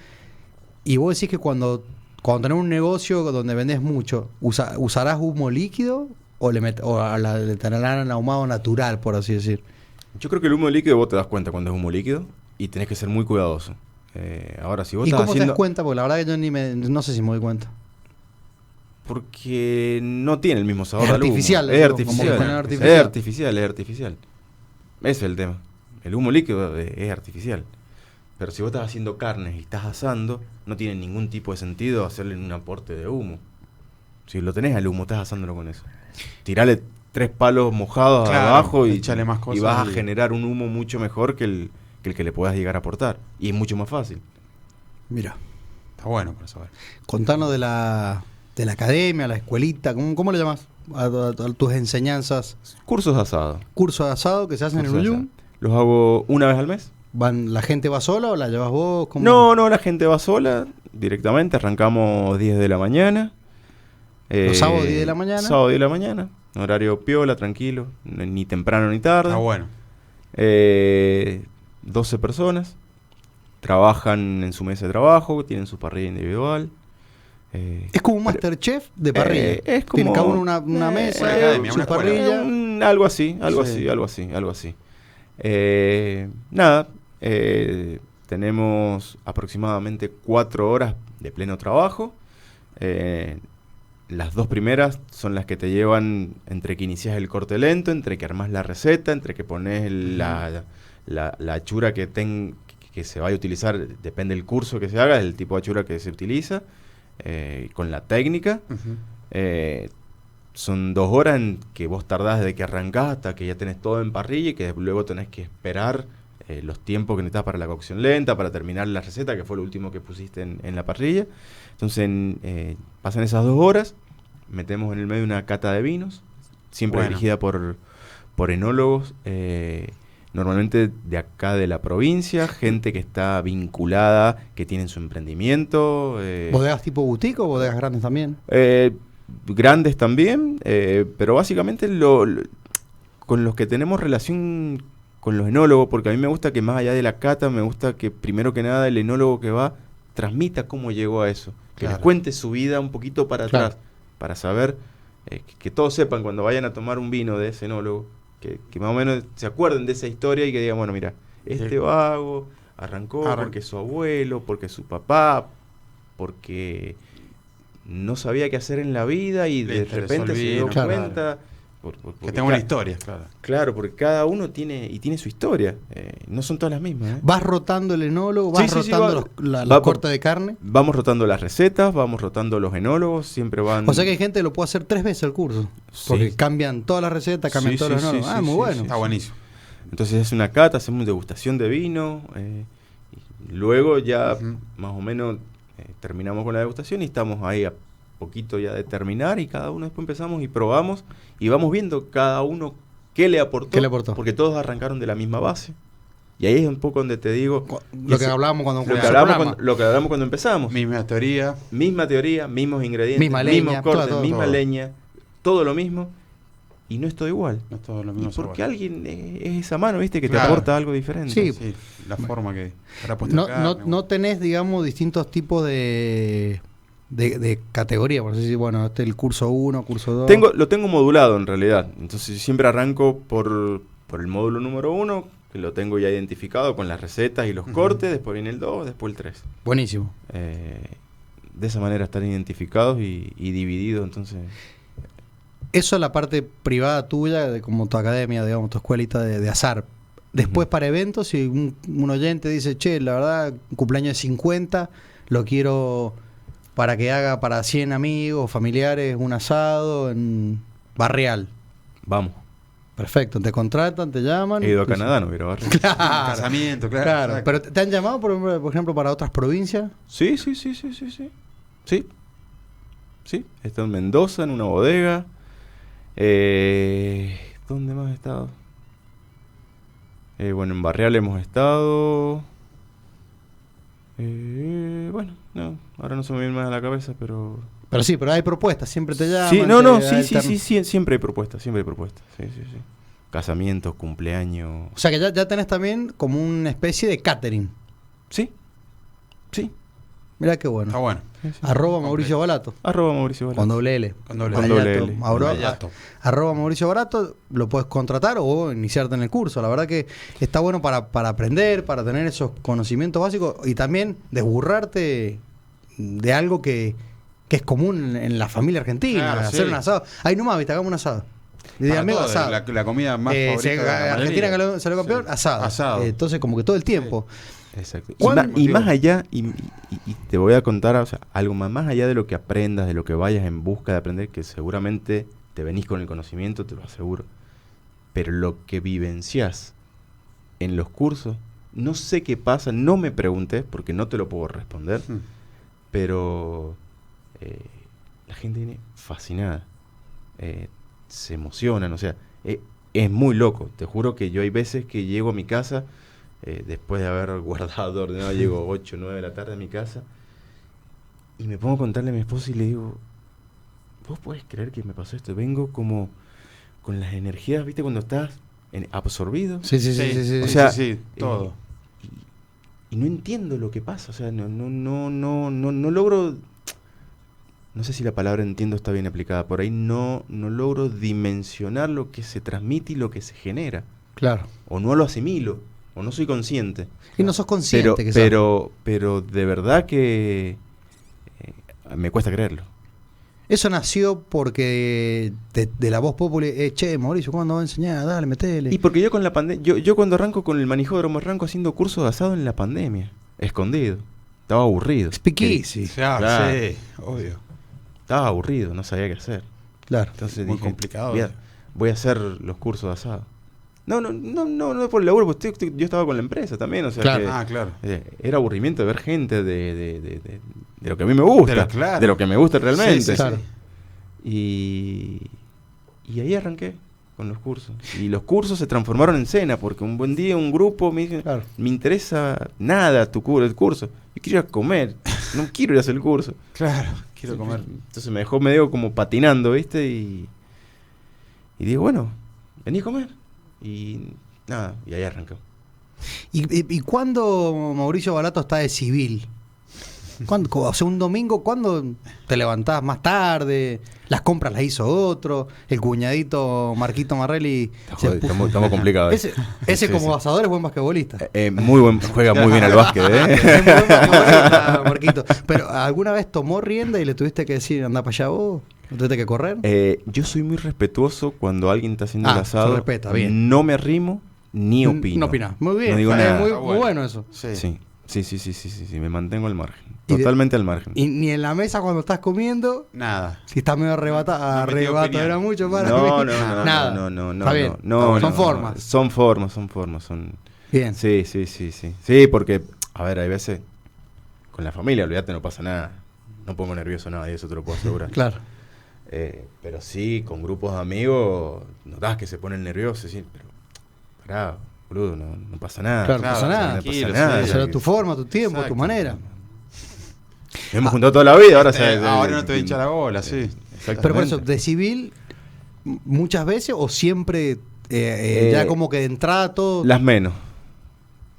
Y vos decís que cuando, cuando tenés un negocio donde vendés mucho, usa- ¿usarás humo líquido o le, met- o a la- le tendrán ahumado natural, por así decir?
Yo creo que el humo líquido vos te das cuenta cuando es humo líquido y tenés que ser muy cuidadoso. Eh, ahora, si vos
¿Y
estás
cómo te
haciendo...
das cuenta? Porque la verdad que yo ni me, no sé si me doy cuenta.
Porque no tiene el mismo sabor
Es
al humo.
artificial,
Es
¿no? Como
artificial.
que ponen
Es
artificial.
artificial, es artificial. Ese es el tema. El humo líquido eh, es artificial. Pero si vos estás haciendo carnes y estás asando, no tiene ningún tipo de sentido hacerle un aporte de humo. Si lo tenés al humo, estás asándolo con eso. Tirale tres palos mojados
Claro,
abajo y,
échale más cosas
y vas a
y-
generar un humo mucho mejor que el, que el que le puedas llegar a aportar. Y es mucho más fácil.
Mira,
Está bueno para saber.
contanos de la, de la academia, la escuelita, ¿cómo, cómo le llamás? A, a- a tus enseñanzas,
Cursos de asado.
cursos de asado que se hacen en
Cursos de
Uyum.
asado. Los hago una vez al mes.
Van, ¿La gente va sola o la llevas vos? ¿Cómo?
No, no, la gente va sola directamente. Arrancamos 10 de la mañana. Eh,
Los sábados 10 de la mañana.
Sábado 10 de la mañana. Horario piola, tranquilo. n- Ni temprano ni
Ah,
tarde.
Está bueno.
Eh, 12 personas. Trabajan en su mesa de trabajo, tienen su parrilla individual. Eh,
Es como un Masterchef de parrilla.
eh, es
Tiene
como-
cada uno una, una
eh,
mesa,
una academia,
su
una escuela.
parrilla.
Eh, un- algo así, algo
Sí.
así, algo así, algo así. Eh, nada, eh, tenemos aproximadamente cuatro horas de pleno trabajo. Eh, las dos primeras son las que te llevan entre que inicias el corte lento, entre que armas la receta, entre que pones la, la, la achura que, ten, que- que se vaya a utilizar, depende del curso que se haga, del tipo de achura que se utiliza, eh, con la técnica. Eh, son dos horas en que vos tardás desde que arrancás hasta que ya tenés todo en parrilla y que luego tenés que esperar eh, los tiempos que necesitas para la cocción lenta, para terminar la receta, que fue lo último que pusiste en, en la parrilla. Entonces en, eh, pasan esas dos horas, metemos en el medio una cata de vinos, siempre
Bueno.
dirigida por, por enólogos. eh, Normalmente de acá de la provincia, gente que está vinculada, que tienen su emprendimiento. eh,
¿Bodegas tipo boutique o bodegas grandes también?
eh, grandes también, eh, pero básicamente lo, lo- con los que tenemos relación con los enólogos, porque a mí me gusta que más allá de la cata, me gusta que primero que nada el enólogo que va transmita cómo llegó a eso, que les
Claro.
cuente su vida un poquito para
Claro.
atrás, para saber, eh, que, que todos sepan cuando vayan a tomar un vino de ese enólogo, que, que más o menos se acuerden de esa historia y que digan, bueno, mira, este
Sí.
vago arrancó
Arran-
porque su abuelo, porque su papá, porque no sabía qué hacer en la vida y
Le
de
interesó
repente
el
se
vino,
dio
claro.
cuenta. por- por-
Que
porque
tenga una
ca-
historia, claro.
Claro, porque cada uno tiene y tiene su historia. eh, no son todas las mismas. ¿eh?
¿Vas rotando el enólogo? ¿Vas
Sí, sí, sí,
rotando
va-
los, la-
va
los
por-
cortes de carne?
Vamos rotando las recetas, vamos rotando los enólogos, siempre van.
O sea que hay gente que lo puede hacer tres veces el curso.
Sí.
Porque cambian todas las recetas, cambian
Sí,
todos
sí,
los
sí,
enólogos. ah,
sí,
muy
sí,
bueno.
Está buenísimo.
Entonces es una cata, hacemos degustación de vino. eh, y luego ya
Ujú.
más o menos eh, terminamos con la degustación y estamos ahí a poquito ya de terminar y cada uno después empezamos y probamos y vamos viendo cada uno qué le aportó.
¿Qué le aportó?
Porque todos arrancaron de la misma base. Y ahí es un poco donde te digo
Cu- Lo que
ese-
hablábamos cuando
lo que,
comenzó el
hablamos
programa.
cuando, lo que hablamos cuando empezamos.
Misma teoría.
Misma teoría, mismos ingredientes,
Misma
mismos
leña,
cortes,
todo, todo,
misma
todo.
leña, todo lo mismo y no es todo igual.
No es todo lo
Y
mismo.
porque
sabor.
alguien eh, es esa mano, ¿viste? Que
Claro.
te aporta algo diferente.
Sí.
Sí, la forma que. habrá puesto
No,
acá,
no,
¿no?
no tenés, digamos, distintos tipos de, de, de categoría. Por decir, bueno, este es el curso 1, curso 2.
Tengo, lo tengo modulado en realidad. Entonces yo siempre arranco por, por el módulo número uno, que lo tengo ya identificado con las recetas y los
Ujú.
cortes. Después viene el 2, después el 3.
Buenísimo.
de esa manera están identificados y, y divididos. Entonces,
Eso es la parte privada tuya, de como tu academia, digamos, tu escuelita de, de azar. Después
Ujú.
para eventos, si un, un oyente dice, che, la verdad, un cumpleaños de 50, lo quiero para que haga para 100 amigos, familiares, un asado en barrial.
vamos.
Perfecto, te contratan, te llaman.
He ido a
Te-
Canadá, no quiero barrio.
Claro,
Casamiento, claro.
claro.
exacto.
Pero te te han llamado, por ejemplo, por ejemplo, para otras provincias.
Sí, sí, sí, sí, sí, sí. Sí. Sí. Está en Mendoza, en una bodega. Eh, ¿Dónde más he estado? Eh, bueno, en Barreal hemos estado. Eh, bueno, no, ahora no se me viene más a la cabeza, pero...
Pero sí, pero hay propuestas, siempre te llaman.
Sí, no,
te
no, sí, sí,
alternan.
sí, sí, siempre hay propuestas, siempre hay propuestas. Sí, sí, sí. Casamientos, cumpleaños.
O sea que ya, ya tenés también como una especie de catering.
Sí, sí.
Mirá qué bueno.
Está bueno.
sí, sí.
Arroba Mauricio Balato.
Arroba Mauricio Balá.
Con doble L.
Con doble
Balato.
L.
Con doble L.
Arroba-
Balato.
Arroba Mauricio Barato, lo puedes contratar o vos iniciarte en el curso. La verdad que está bueno para, para aprender, para tener esos conocimientos básicos y también desburrarte de algo que, que es común en, en la familia argentina,
Claro,
hacer
sí.
un asado. Ahí nomás, viste, hagamos un asado. Y de
Para
amigo,
todo,
asado.
La, la comida más
Eh,
favorita
si
de la mayoría.
Argentina que salió campeón,
Sí.
asado.
Asado.
Eh, Entonces, como que todo el tiempo.
Exacto. Y,
¿Cuál
ma- y
motivo?
más allá, y, y- y te voy a contar o sea, algo más, más allá de lo que aprendas, de lo que vayas en busca de aprender, que seguramente te venís con el conocimiento, te lo aseguro. Pero lo que vivencias en los cursos, no sé qué pasa, no me preguntes porque no te lo puedo responder,
Mm.
pero eh, la gente viene fascinada, eh, se emocionan, o sea, eh, es muy loco. Te juro que yo hay veces que llego a mi casa, eh, después de haber guardado, ordenado, llego 8, 9 de la tarde a mi casa, y me pongo a contarle a mi esposa y le digo, ¿vos podés creer que me pasó esto? Vengo como con las energías, ¿viste? Cuando estás en- absorbido.
Sí, sí, sí, sí. sí,
o
sí.
sea,
sea,
sí,
eh,
todo.
y no entiendo lo que pasa. O sea, no, no, no, no, no, no logro. No sé si la palabra entiendo está bien aplicada. Por ahí no, no logro dimensionar lo que se transmite y lo que se genera.
claro.
O no lo asimilo. O no soy consciente.
Y no sos consciente
pero,
que sos.
pero, pero de verdad que eh, me cuesta creerlo.
Eso nació porque de, de la voz popular, eh, che, Mauricio, ¿cuándo va a enseñar? Dale, metele.
Y porque yo con la pandemia, yo, yo cuando arranco con el manijódromo arranco haciendo cursos de asado en la pandemia, escondido. Estaba aburrido.
Speak
Eh,
easy.
Ah,
Claro.
Sí, obvio.
Estaba aburrido, no sabía qué hacer.
Claro.
Entonces
Muy
dije,
complicado. eh".
Voy a, voy a hacer los cursos de asado. No, no, no, no, no es por el laburo, porque estoy- estoy- yo estaba con la empresa también, o sea
Claro.
que,
Ah, claro.
eh, era aburrimiento de ver gente de, de- de- de- de lo que a mí me gusta,
De lo- claro.
de lo que me gusta realmente.
Sí, sí,
Claro.
sí.
Y, y ahí arranqué con los cursos. Y los cursos se transformaron en cena, porque un buen día un grupo me dice,
Claro.
me interesa nada tu cur- el curso, yo quiero ir a comer, no quiero ir a hacer el curso.
Claro, quiero comer.
Entonces me dejó medio como patinando, ¿viste? Y, y digo, bueno, vení a comer. Y nada, y ahí arrancó.
¿Y, y, y cuándo Mauricio Barato está de civil? ¿Cuándo, co- o sea, un domingo, ¿cuándo te levantás más tarde? ¿Las compras las hizo otro? ¿El cuñadito Marquito Marrelli? se puso-
Estamos, complicados.
Ese, ese
Sí,
como
sí.
basador es buen basquetbolista.
Eh,
Ah,
muy buen, juega muy bien al básquet,
Es
¿eh?
muy buen basquetbolista, Marquito. Pero ¿alguna vez tomó rienda y le tuviste que decir, anda para allá vos? ¿No tuviste que correr?
Eh, Yo soy muy respetuoso cuando alguien está haciendo
Ah,
el
se
asado.
respeta, bien.
No me arrimo ni
N-
opino.
No opinás. Muy bien.
No digo
Eh,
nada.
Muy,
Está
muy bueno eso.
Sí.
Sí. Sí, sí, sí, sí, sí, sí, me mantengo al margen.
Y de-
Totalmente al margen.
Y ni en la mesa cuando estás comiendo,
Nada.
si estás medio arrebata,
No me dio
arrebato,
opinión.
era mucho para mí.
No, no, no,
Nada.
no, no, no,
Está bien.
no, no,
Son
no,
formas.
no. Son formas, son formas, son
Bien.
Sí, sí, sí, sí. Sí, porque, a ver, hay veces con la familia, olvídate, no pasa nada. No pongo nervioso a nadie, eso te lo puedo asegurar.
Claro.
Eh, pero sí, con grupos de amigos, notas que se ponen nerviosos. Sí, pero, pará, boludo, no, no pasa nada.
Claro, no pasa
o sea,
nada.
no
Tranquilo,
pasa nada.
sí.
Será tu forma, tu tiempo,
Exacto.
tu manera.
Hemos juntado toda la vida, ahora
Eh,
se- se-
ahora no te voy a hinchar la bola,
Eh,
sí.
exactamente.
Pero por eso, de civil, m- muchas veces o siempre eh, eh,
Eh,
ya como que de entrada todo.
Las menos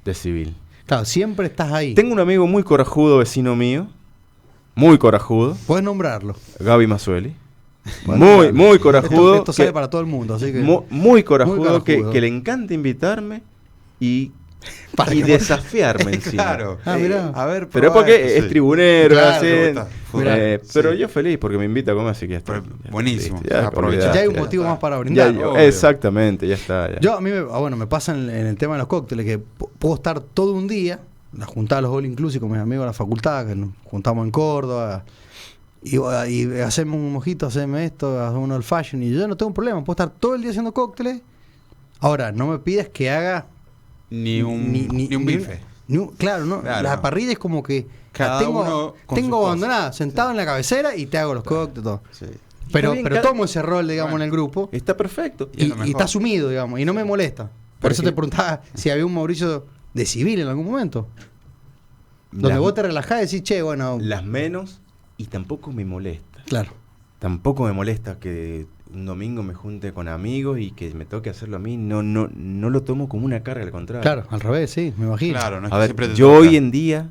de civil.
Claro, siempre estás ahí.
Tengo un amigo muy corajudo, vecino mío. Muy corajudo.
Puedes nombrarlo.
Gaby Mazzuelli. Muy, muy corajudo.
Esto, esto sale
que-
para todo el mundo, así que.
mu- muy corajudo,
muy corajudo.
Que, que le encanta invitarme y,
para
y
que-
desafiarme
Eh,
encima.
claro.
Ah,
Eh,
mirá.
A ver,
Pero es
probá
porque
esto,
es
sí.
tribunero,
Claro,
así,
le gusta.
eh,
Fútbol,
pero
sí.
yo feliz porque me invita a comer, así que ya está.
Pero
Ya
buenísimo.
está, listo, ya
Aprovechá.
Ah, ya hay un
ya
motivo
está.
más para
Ya,
brindar.
yo-
obvio.
exactamente, ya está. ya.
Yo a mí, me, ah, bueno, me pasa en, en el tema de los cócteles que p- puedo estar todo un día, la juntada de los All Inclusive con mis amigos de la facultad, que nos juntamos en Córdoba, y, va- y hacemos un mojito, hacemos esto, hacemos un old fashion, y yo no tengo un problema, puedo estar todo el día haciendo cócteles. Ahora, no me pidas que haga
Ni un, ni, un bife.
ni un- claro, no,
Claro,
la
no.
parrilla es como que la
Cada uno
tengo,
con
tengo
sus
abandonada,
cosas.
sentado en la cabecera y te hago los cócteles, todo.
Sí.
Pero,
bien,
pero
cada-
tomo ese rol, digamos,
Bueno.
en el grupo.
Está perfecto.
Y es
Y,
lo mejor.
y está sumido, digamos, y no me molesta. Por
Pero
eso
es que-
te preguntaba si había un Mauricio de civil en algún momento. Donde
Las-
vos te relajás y decís, che, bueno.
las menos y tampoco me molesta.
Claro.
Tampoco me molesta que un domingo me junte con amigos y que me toque hacerlo a mí. No, no, no lo tomo como una carga, al contrario.
Claro, al revés, sí, me imagino.
Claro, no es
A
que
ver,
siempre te
yo
toca.
hoy en día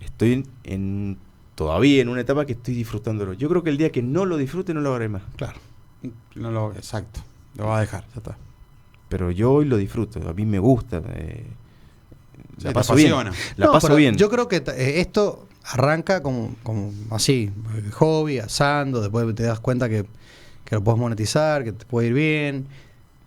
estoy en, en- todavía en una etapa que estoy disfrutándolo. Yo creo que el día que no lo disfrute no lo haré más.
Claro.
No lo, exacto. Lo vas a dejar, ya está.
Pero yo hoy lo disfruto. A mí me gusta. eh,
Sí,
la
te
paso bien.
apasiona.
La
No,
paso
pero
bien.
Yo creo que ta- eh, esto arranca como, como así, eh, hobby, asando, después te das cuenta que, que lo puedes monetizar, que te puede ir bien.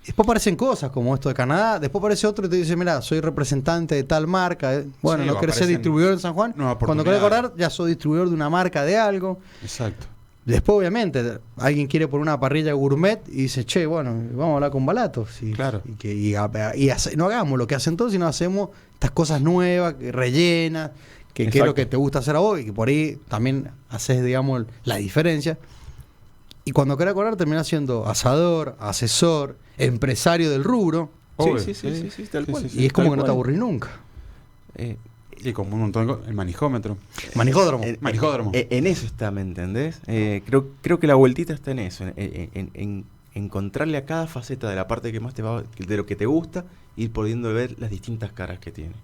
Después aparecen cosas como esto de Canadá, después aparece otro y te dice, mira, soy representante de tal marca, eh, bueno,
Sí,
no
o
querés ser
aparecen
distribuidor en San Juan,
nuevas
cuando querés
oportunidades.
acordar, ya soy distribuidor de una marca de algo.
Exacto.
Después, obviamente, alguien quiere poner una parrilla gourmet y dice, che, bueno, vamos a hablar con balatos. Y,
Claro.
Y, que, y ha- y hace- no hagamos lo que hacen todos, sino hacemos estas cosas nuevas, que rellenas, que, que es
Exacto.
lo que te gusta hacer a vos y que por ahí también haces, digamos, la diferencia. Y cuando querés acordar, terminás siendo asador, asesor, empresario del rubro.
Obvio,
sí, sí, Oh, sí, sí, tal cual.
y es como
tal
que no te
cual.
aburrís nunca.
Eh,
Y como un montón de co- El manijómetro.
Manijódromo.
en-
Manijódromo.
Eh, En, en eso está, ¿me entendés? Eh, creo, creo que la vueltita está en eso, en, en- en- en encontrarle a cada faceta de la parte que más te va, de lo que te gusta, ir pudiendo ver las distintas caras que tiene.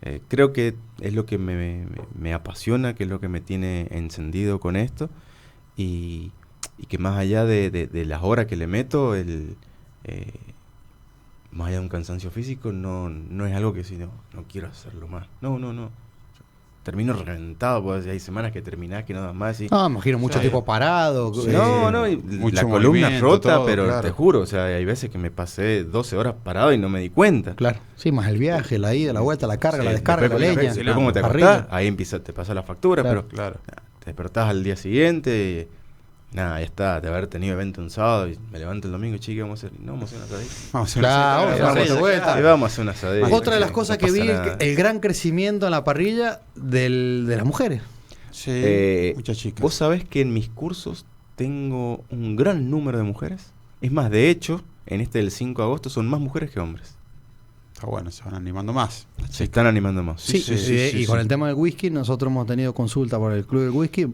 Eh, creo que es lo que me, me- me apasiona, que es lo que me tiene encendido con esto y, y que más allá de, de- de las horas que le meto, el, eh, más allá de un cansancio físico, no, no es algo que si no, no quiero hacerlo más. No, no, no. Termino reventado, porque hay semanas que terminás que no das más. Y,
Ah, me imagino mucho
Sí.
tiempo parado. eh,
Sí.
No, no, y
Mucho
la columna
movimiento,
rota,
todo,
pero
claro.
te juro, o sea, hay veces que me pasé 12 horas parado y no me di cuenta.
Claro. Sí, más el viaje, la ida, la vuelta, la carga,
Sí,
la descarga,
después-
la
después-
leña.
después como te
parrilla.
acostás, ahí empieza, te pasa la factura,
Claro.
pero
Claro.
te despertás al día siguiente y nada, ya está, de haber tenido evento un sábado y me levanto el domingo, chica, vamos a hacer, no, vamos a hacer una asadita.
Vamos a hacer
Claro,
una-
vamos a hacer
parrilla,
vuelta.
claro.
Y vamos a hacer una asadita.
Otra de las
No
cosas que
pasa
vi,
nada.
el, el gran crecimiento en la parrilla del- de las mujeres.
Sí,
Eh,
muchas chicas.
Vos sabés que en mis cursos tengo un gran número de mujeres. Es más, de hecho, en este del 5 de agosto son más mujeres que hombres.
Está bueno, se van animando más. las
Se
chicas.
están animando más.
Sí,
sí,
y,
sí,
eh,
de-
sí,
y
sí.
con el tema del whisky, nosotros hemos tenido consulta por el club del whisky,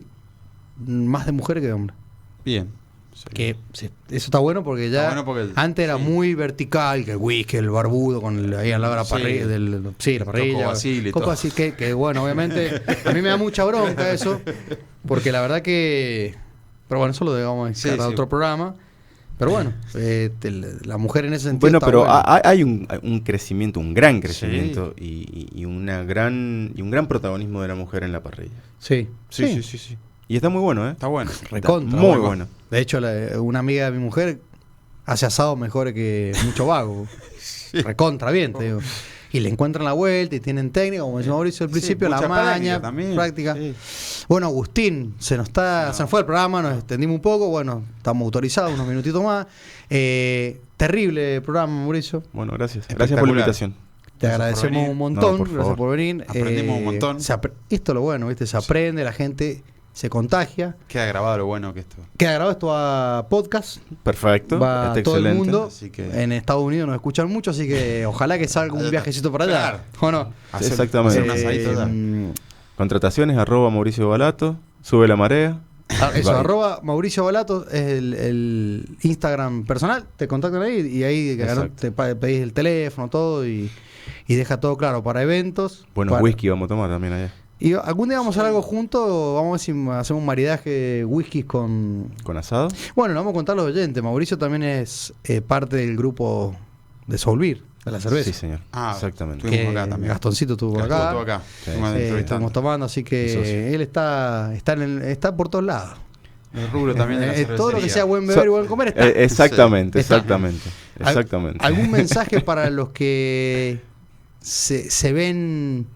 más de mujeres que de hombres.
Bien. sí.
Que se- eso está bueno porque ya
Está bueno porque el-
antes era
sí.
muy vertical, que el whisky, el barbudo, con el, ahí al lado de la
Sí.
parrilla. Del, sí, la
Coco
parrilla.
Basile y
Coco
todo.
Basile, que, que, bueno, obviamente a mí me da mucha bronca eso, porque la verdad que... Pero bueno, eso lo debemos
Sí,
dejar a
sí.
otro programa. Pero bueno, eh, te- la mujer en ese sentido...
Bueno,
está
pero
buena.
ha- ha- hay un, un crecimiento, un gran crecimiento y, y- y una gran, y un gran protagonismo de la mujer en la parrilla.
Sí,
Sí, sí, sí, sí.
Y está muy bueno, ¿eh?
Está bueno.
Está
Recontra,
muy
bueno.
bueno.
De hecho, la- una amiga de mi mujer hace asados mejores que mucho vago. Recontra bien, te digo. Y le encuentran la vuelta y tienen técnica, como decía Pues Mauricio al
Sí,
principio, la
mucha
maña,
práctica también,
práctica.
sí.
Bueno, Agustín, se nos está,
No.
se nos fue el programa, nos extendimos un poco, bueno, estamos autorizados unos minutitos más. Eh, terrible programa, Mauricio.
Bueno, gracias. Gracias por la
Espectacular.
invitación.
Te
Gracias por
agradecemos
venir.
un montón,
No, por
gracias
favor.
por venir. Eh,
Aprendimos un montón.
se apre- esto es lo bueno, ¿viste? Se aprende, la gente se contagia.
Queda grabado lo bueno que esto.
Queda grabado esto a podcast.
Perfecto.
Va
está
todo el
excelente.
mundo.
así que-
En Estados Unidos nos escuchan mucho, así que ojalá que salga un viajecito para allá. ¿O no?
exactamente.
Hacer un asadito.
Eh,
da.
mm,
Contrataciones arroba Mauricio Balato. Sube la marea.
ah, eso,
Bye.
arroba Mauricio Balato es el, el Instagram personal. Te contactan ahí y ahí
Exacto.
ganó- te pa- pedís el teléfono, todo y, y deja todo claro para eventos.
Buenos
para-
whisky vamos a tomar también allá.
Y algún día vamos a hacer algo juntos, vamos a ver si hacemos un maridaje de whiskies con.
Con asado.
Bueno, lo vamos a contar a los oyentes. Mauricio también es eh, parte del grupo de Solvir, de la cerveza.
Sí, señor.
Ah,
Exactamente.
Estuvimos
que
acá también.
Gastoncito estuvo acá.
Estuvo acá.
Sí,
Estuvimos
sí.
Eh,
entrevistando.
estamos tomando, así
Mi socio.
que él está está en el- está por todos lados.
El rubro también de la
Eh, todo lo que
cervecería.
sea buen beber
So-
y buen comer está.
Eh, exactamente,
Está.
exactamente.
Al-
Exactamente.
¿Algún mensaje para los que se, se ven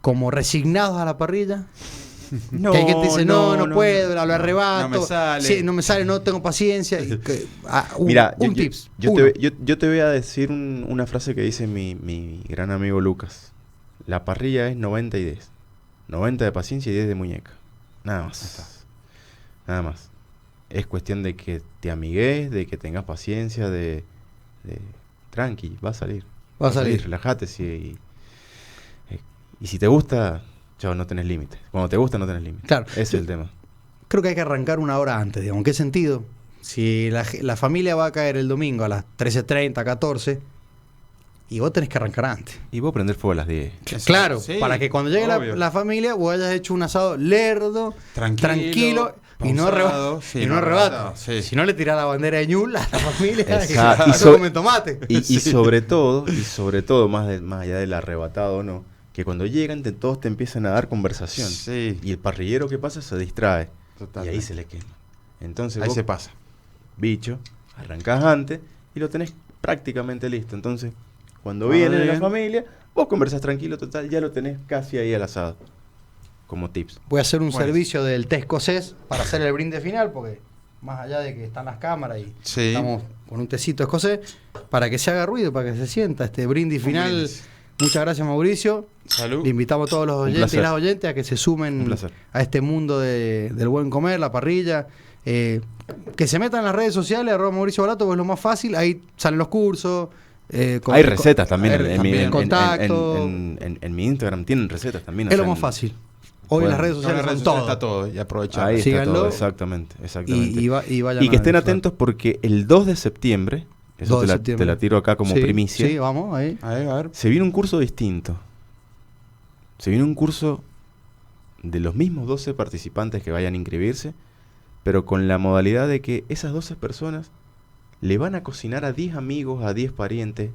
como resignados a la parrilla?
No,
que hay gente que dice, no, no, puedo, lo arrebato.
no me sale".
Sí, no me sale, no tengo paciencia. y que- ah, un,
Mira,
un
yo, yo-
tips.
Yo,
uno.
te, yo- yo te voy a decir un- una frase que dice mi, mi gran amigo Lucas. La parrilla es 90 y 10. 90 de paciencia y 10 de muñeca. Nada más. Nada más. Es cuestión de que te amigues, de que tengas paciencia, de... de- tranqui, va a salir.
Va a salir.
Relájate. Si, y, eh, y si te gusta, chao, no tenés límite. Cuando te gusta, no tenés límite.
Claro.
Ese es el tema.
Creo que hay que arrancar una hora antes, digamos. ¿En qué sentido? Si la, ge- la familia va a caer el domingo a las 13.30, 14, y vos tenés que arrancar antes.
Y vos prender fuego a las 10.
Exacto.
Claro,
Sí,
para que cuando llegue la,
obvio.
la familia vos hayas hecho un asado lerdo,
Tranquilo,
tranquilo, y no
pausado,
arrebato.
sí,
y no
no
arrebato.
arrebatado, sí.
Si no le tirás la bandera de ñul a la familia, que
Exacto.
no
Y so-
comen tomate.
Y, y sobre todo, y sobre todo, más, de- más allá del arrebatado o no, que cuando llegan te- todos te empiezan a dar conversación.
Sí.
Y el parrillero que pasa se distrae.
Total.
Y ahí se le quema. Entonces
Ahí
vos,
se pasa.
bicho, arrancás antes y lo tenés prácticamente listo. Entonces, cuando
Ah,
Cuando
viene la
llegan-
familia, vos conversás tranquilo, total, ya lo tenés casi ahí al asado. como tips.
Voy a hacer un
Bueno.
servicio del té escocés para hacer el brinde final, porque más allá de que están las cámaras y
Sí.
estamos con un tecito escocés, para que se haga ruido, para que se sienta este brindis
Un
final.
brindis.
Muchas gracias, Mauricio.
Salud.
Le invitamos a todos los oyentes y
Uh. placer.
las oyentes a que se
Un
sumen
placer.
a este mundo de- del buen comer, la parrilla. eh, que se metan en las redes sociales, arroba Mauricio Barato, porque es lo más fácil. Ahí salen los cursos. eh, con-
Hay
con-
recetas también,
hay
en,
re-
en mi- en- en-
contacto.
en- en- en mi Instagram tienen recetas también. o
es
sea,
lo más
en-
fácil. Hoy en
pueden-
las redes
No,
sociales
las redes
son
sociales
todo.
está todo y aprovechar.
Ahí está
Síganlo.
todo, exactamente. exactamente.
Y, y va- y vayan
Y que
a
estén
disfrutar.
atentos porque el 2 de septiembre, eso
2 de
te, la,
septiembre.
te la tiro acá como
Sí,
primicia,
Sí, vamos, ahí.
A ver, a ver.
se viene un curso distinto. Se viene un curso de los mismos 12 participantes que vayan a inscribirse, pero con la modalidad de que esas 12 personas le van a cocinar a 10 amigos, a 10 parientes,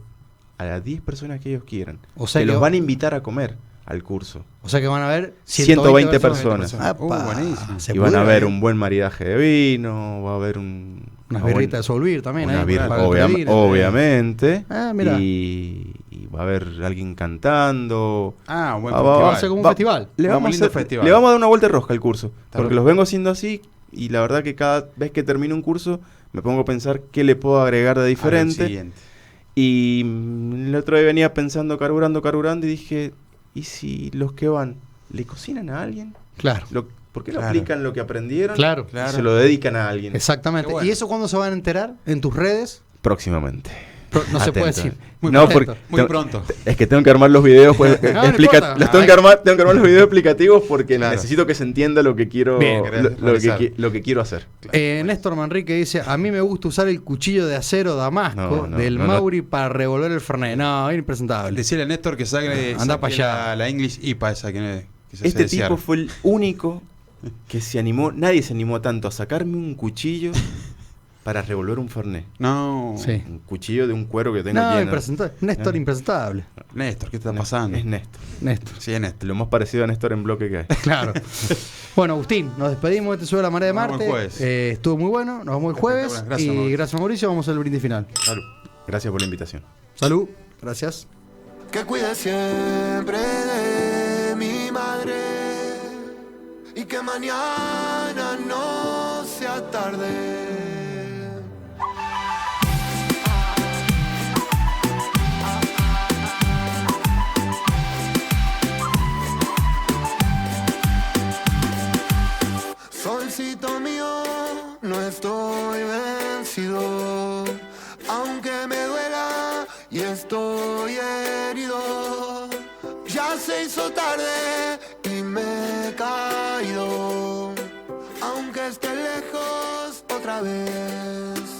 a las 10 personas que ellos quieran.
O sea
que
que-
los van a invitar a comer al curso.
O sea que van a ver
120 personas.
Uh,
¡Apa!
buenísimo.
Ah, Se
y van a
pudieron,
ver
¿eh?
un buen maridaje de vino, va a haber un...
Unas
una
birritas de
buena-
solvir también,
una
¿eh?
birra,
Para el
obvia-
pedir, ¿eh?
obviamente.
Ah, mira.
Y, y va a haber alguien cantando.
Ah, buen
Ah, va-
Va a
festival.
ser como un
Va-
festival.
Le
Muy
vamos, a
lindo
hacer-
festival.
le vamos a dar una vuelta de rosca al curso. porque
bien.
los vengo haciendo así y la verdad que cada vez que termino un curso me pongo a pensar qué le puedo agregar de
Al
diferente.
siguiente.
Y mm, el otro día venía pensando, carburando, carburando y dije, ¿y si los que van le cocinan a alguien?
Claro,
Lo- ¿Por qué no
Claro.
aplican lo que aprendieron?
claro.
y
Claro.
se lo dedican a alguien.
Exactamente.
Qué bueno.
¿Y eso cuándo se van a enterar? ¿En tus redes?
Próximamente.
Pro- No se
Atento.
puede decir. Muy
no,
perfecto.
porque
Muy
tengo-
pronto.
Es que tengo que armar los videos pues,
No, no
explica-
importa.
los tengo, que armar, tengo que armar los videos explicativos porque
Claro.
necesito que se entienda lo que quiero
Bien,
lo-
querés
lo, que,
realizar.
qui- lo que quiero hacer.
Eh, Néstor Manrique dice, a mí me gusta usar el cuchillo de acero damasco
No, no,
del
no, no.
Mauri para revolver el Fernet. No, impresentable.
Decirle a Néstor que saque,
Ah, Anda
saque
pa' allá.
La, la English IPA esa que, no- que se
Este
se
tipo fue el único que se animó, nadie se animó tanto a sacarme un cuchillo para revolver un fernet.
No.
Sí.
Un cuchillo de un cuero que tengo
No,
lleno.
impresentable. Néstor,
No.
impresentable.
Néstor, ¿qué te está
No,
pasando?
Es Néstor.
Néstor.
Sí, es Néstor.
Lo más parecido a Néstor en bloque que hay.
Claro. bueno, Agustín, nos despedimos. Este sube la marea de
Nos vemos el
martes.
jueves.
Eh, estuvo muy bueno. Nos vemos el jueves.
Espectacular. Gracias,
y
Mauricio.
gracias, Mauricio. Vamos al brindis final.
Salud. Gracias por la invitación.
Salud. Gracias.
que cuide siempre de mi madre y que mañana no sea tarde. Solcito mío, no estoy vencido, aunque me duela y estoy herido. Ya se hizo tarde y me he caído, aunque esté lejos otra vez.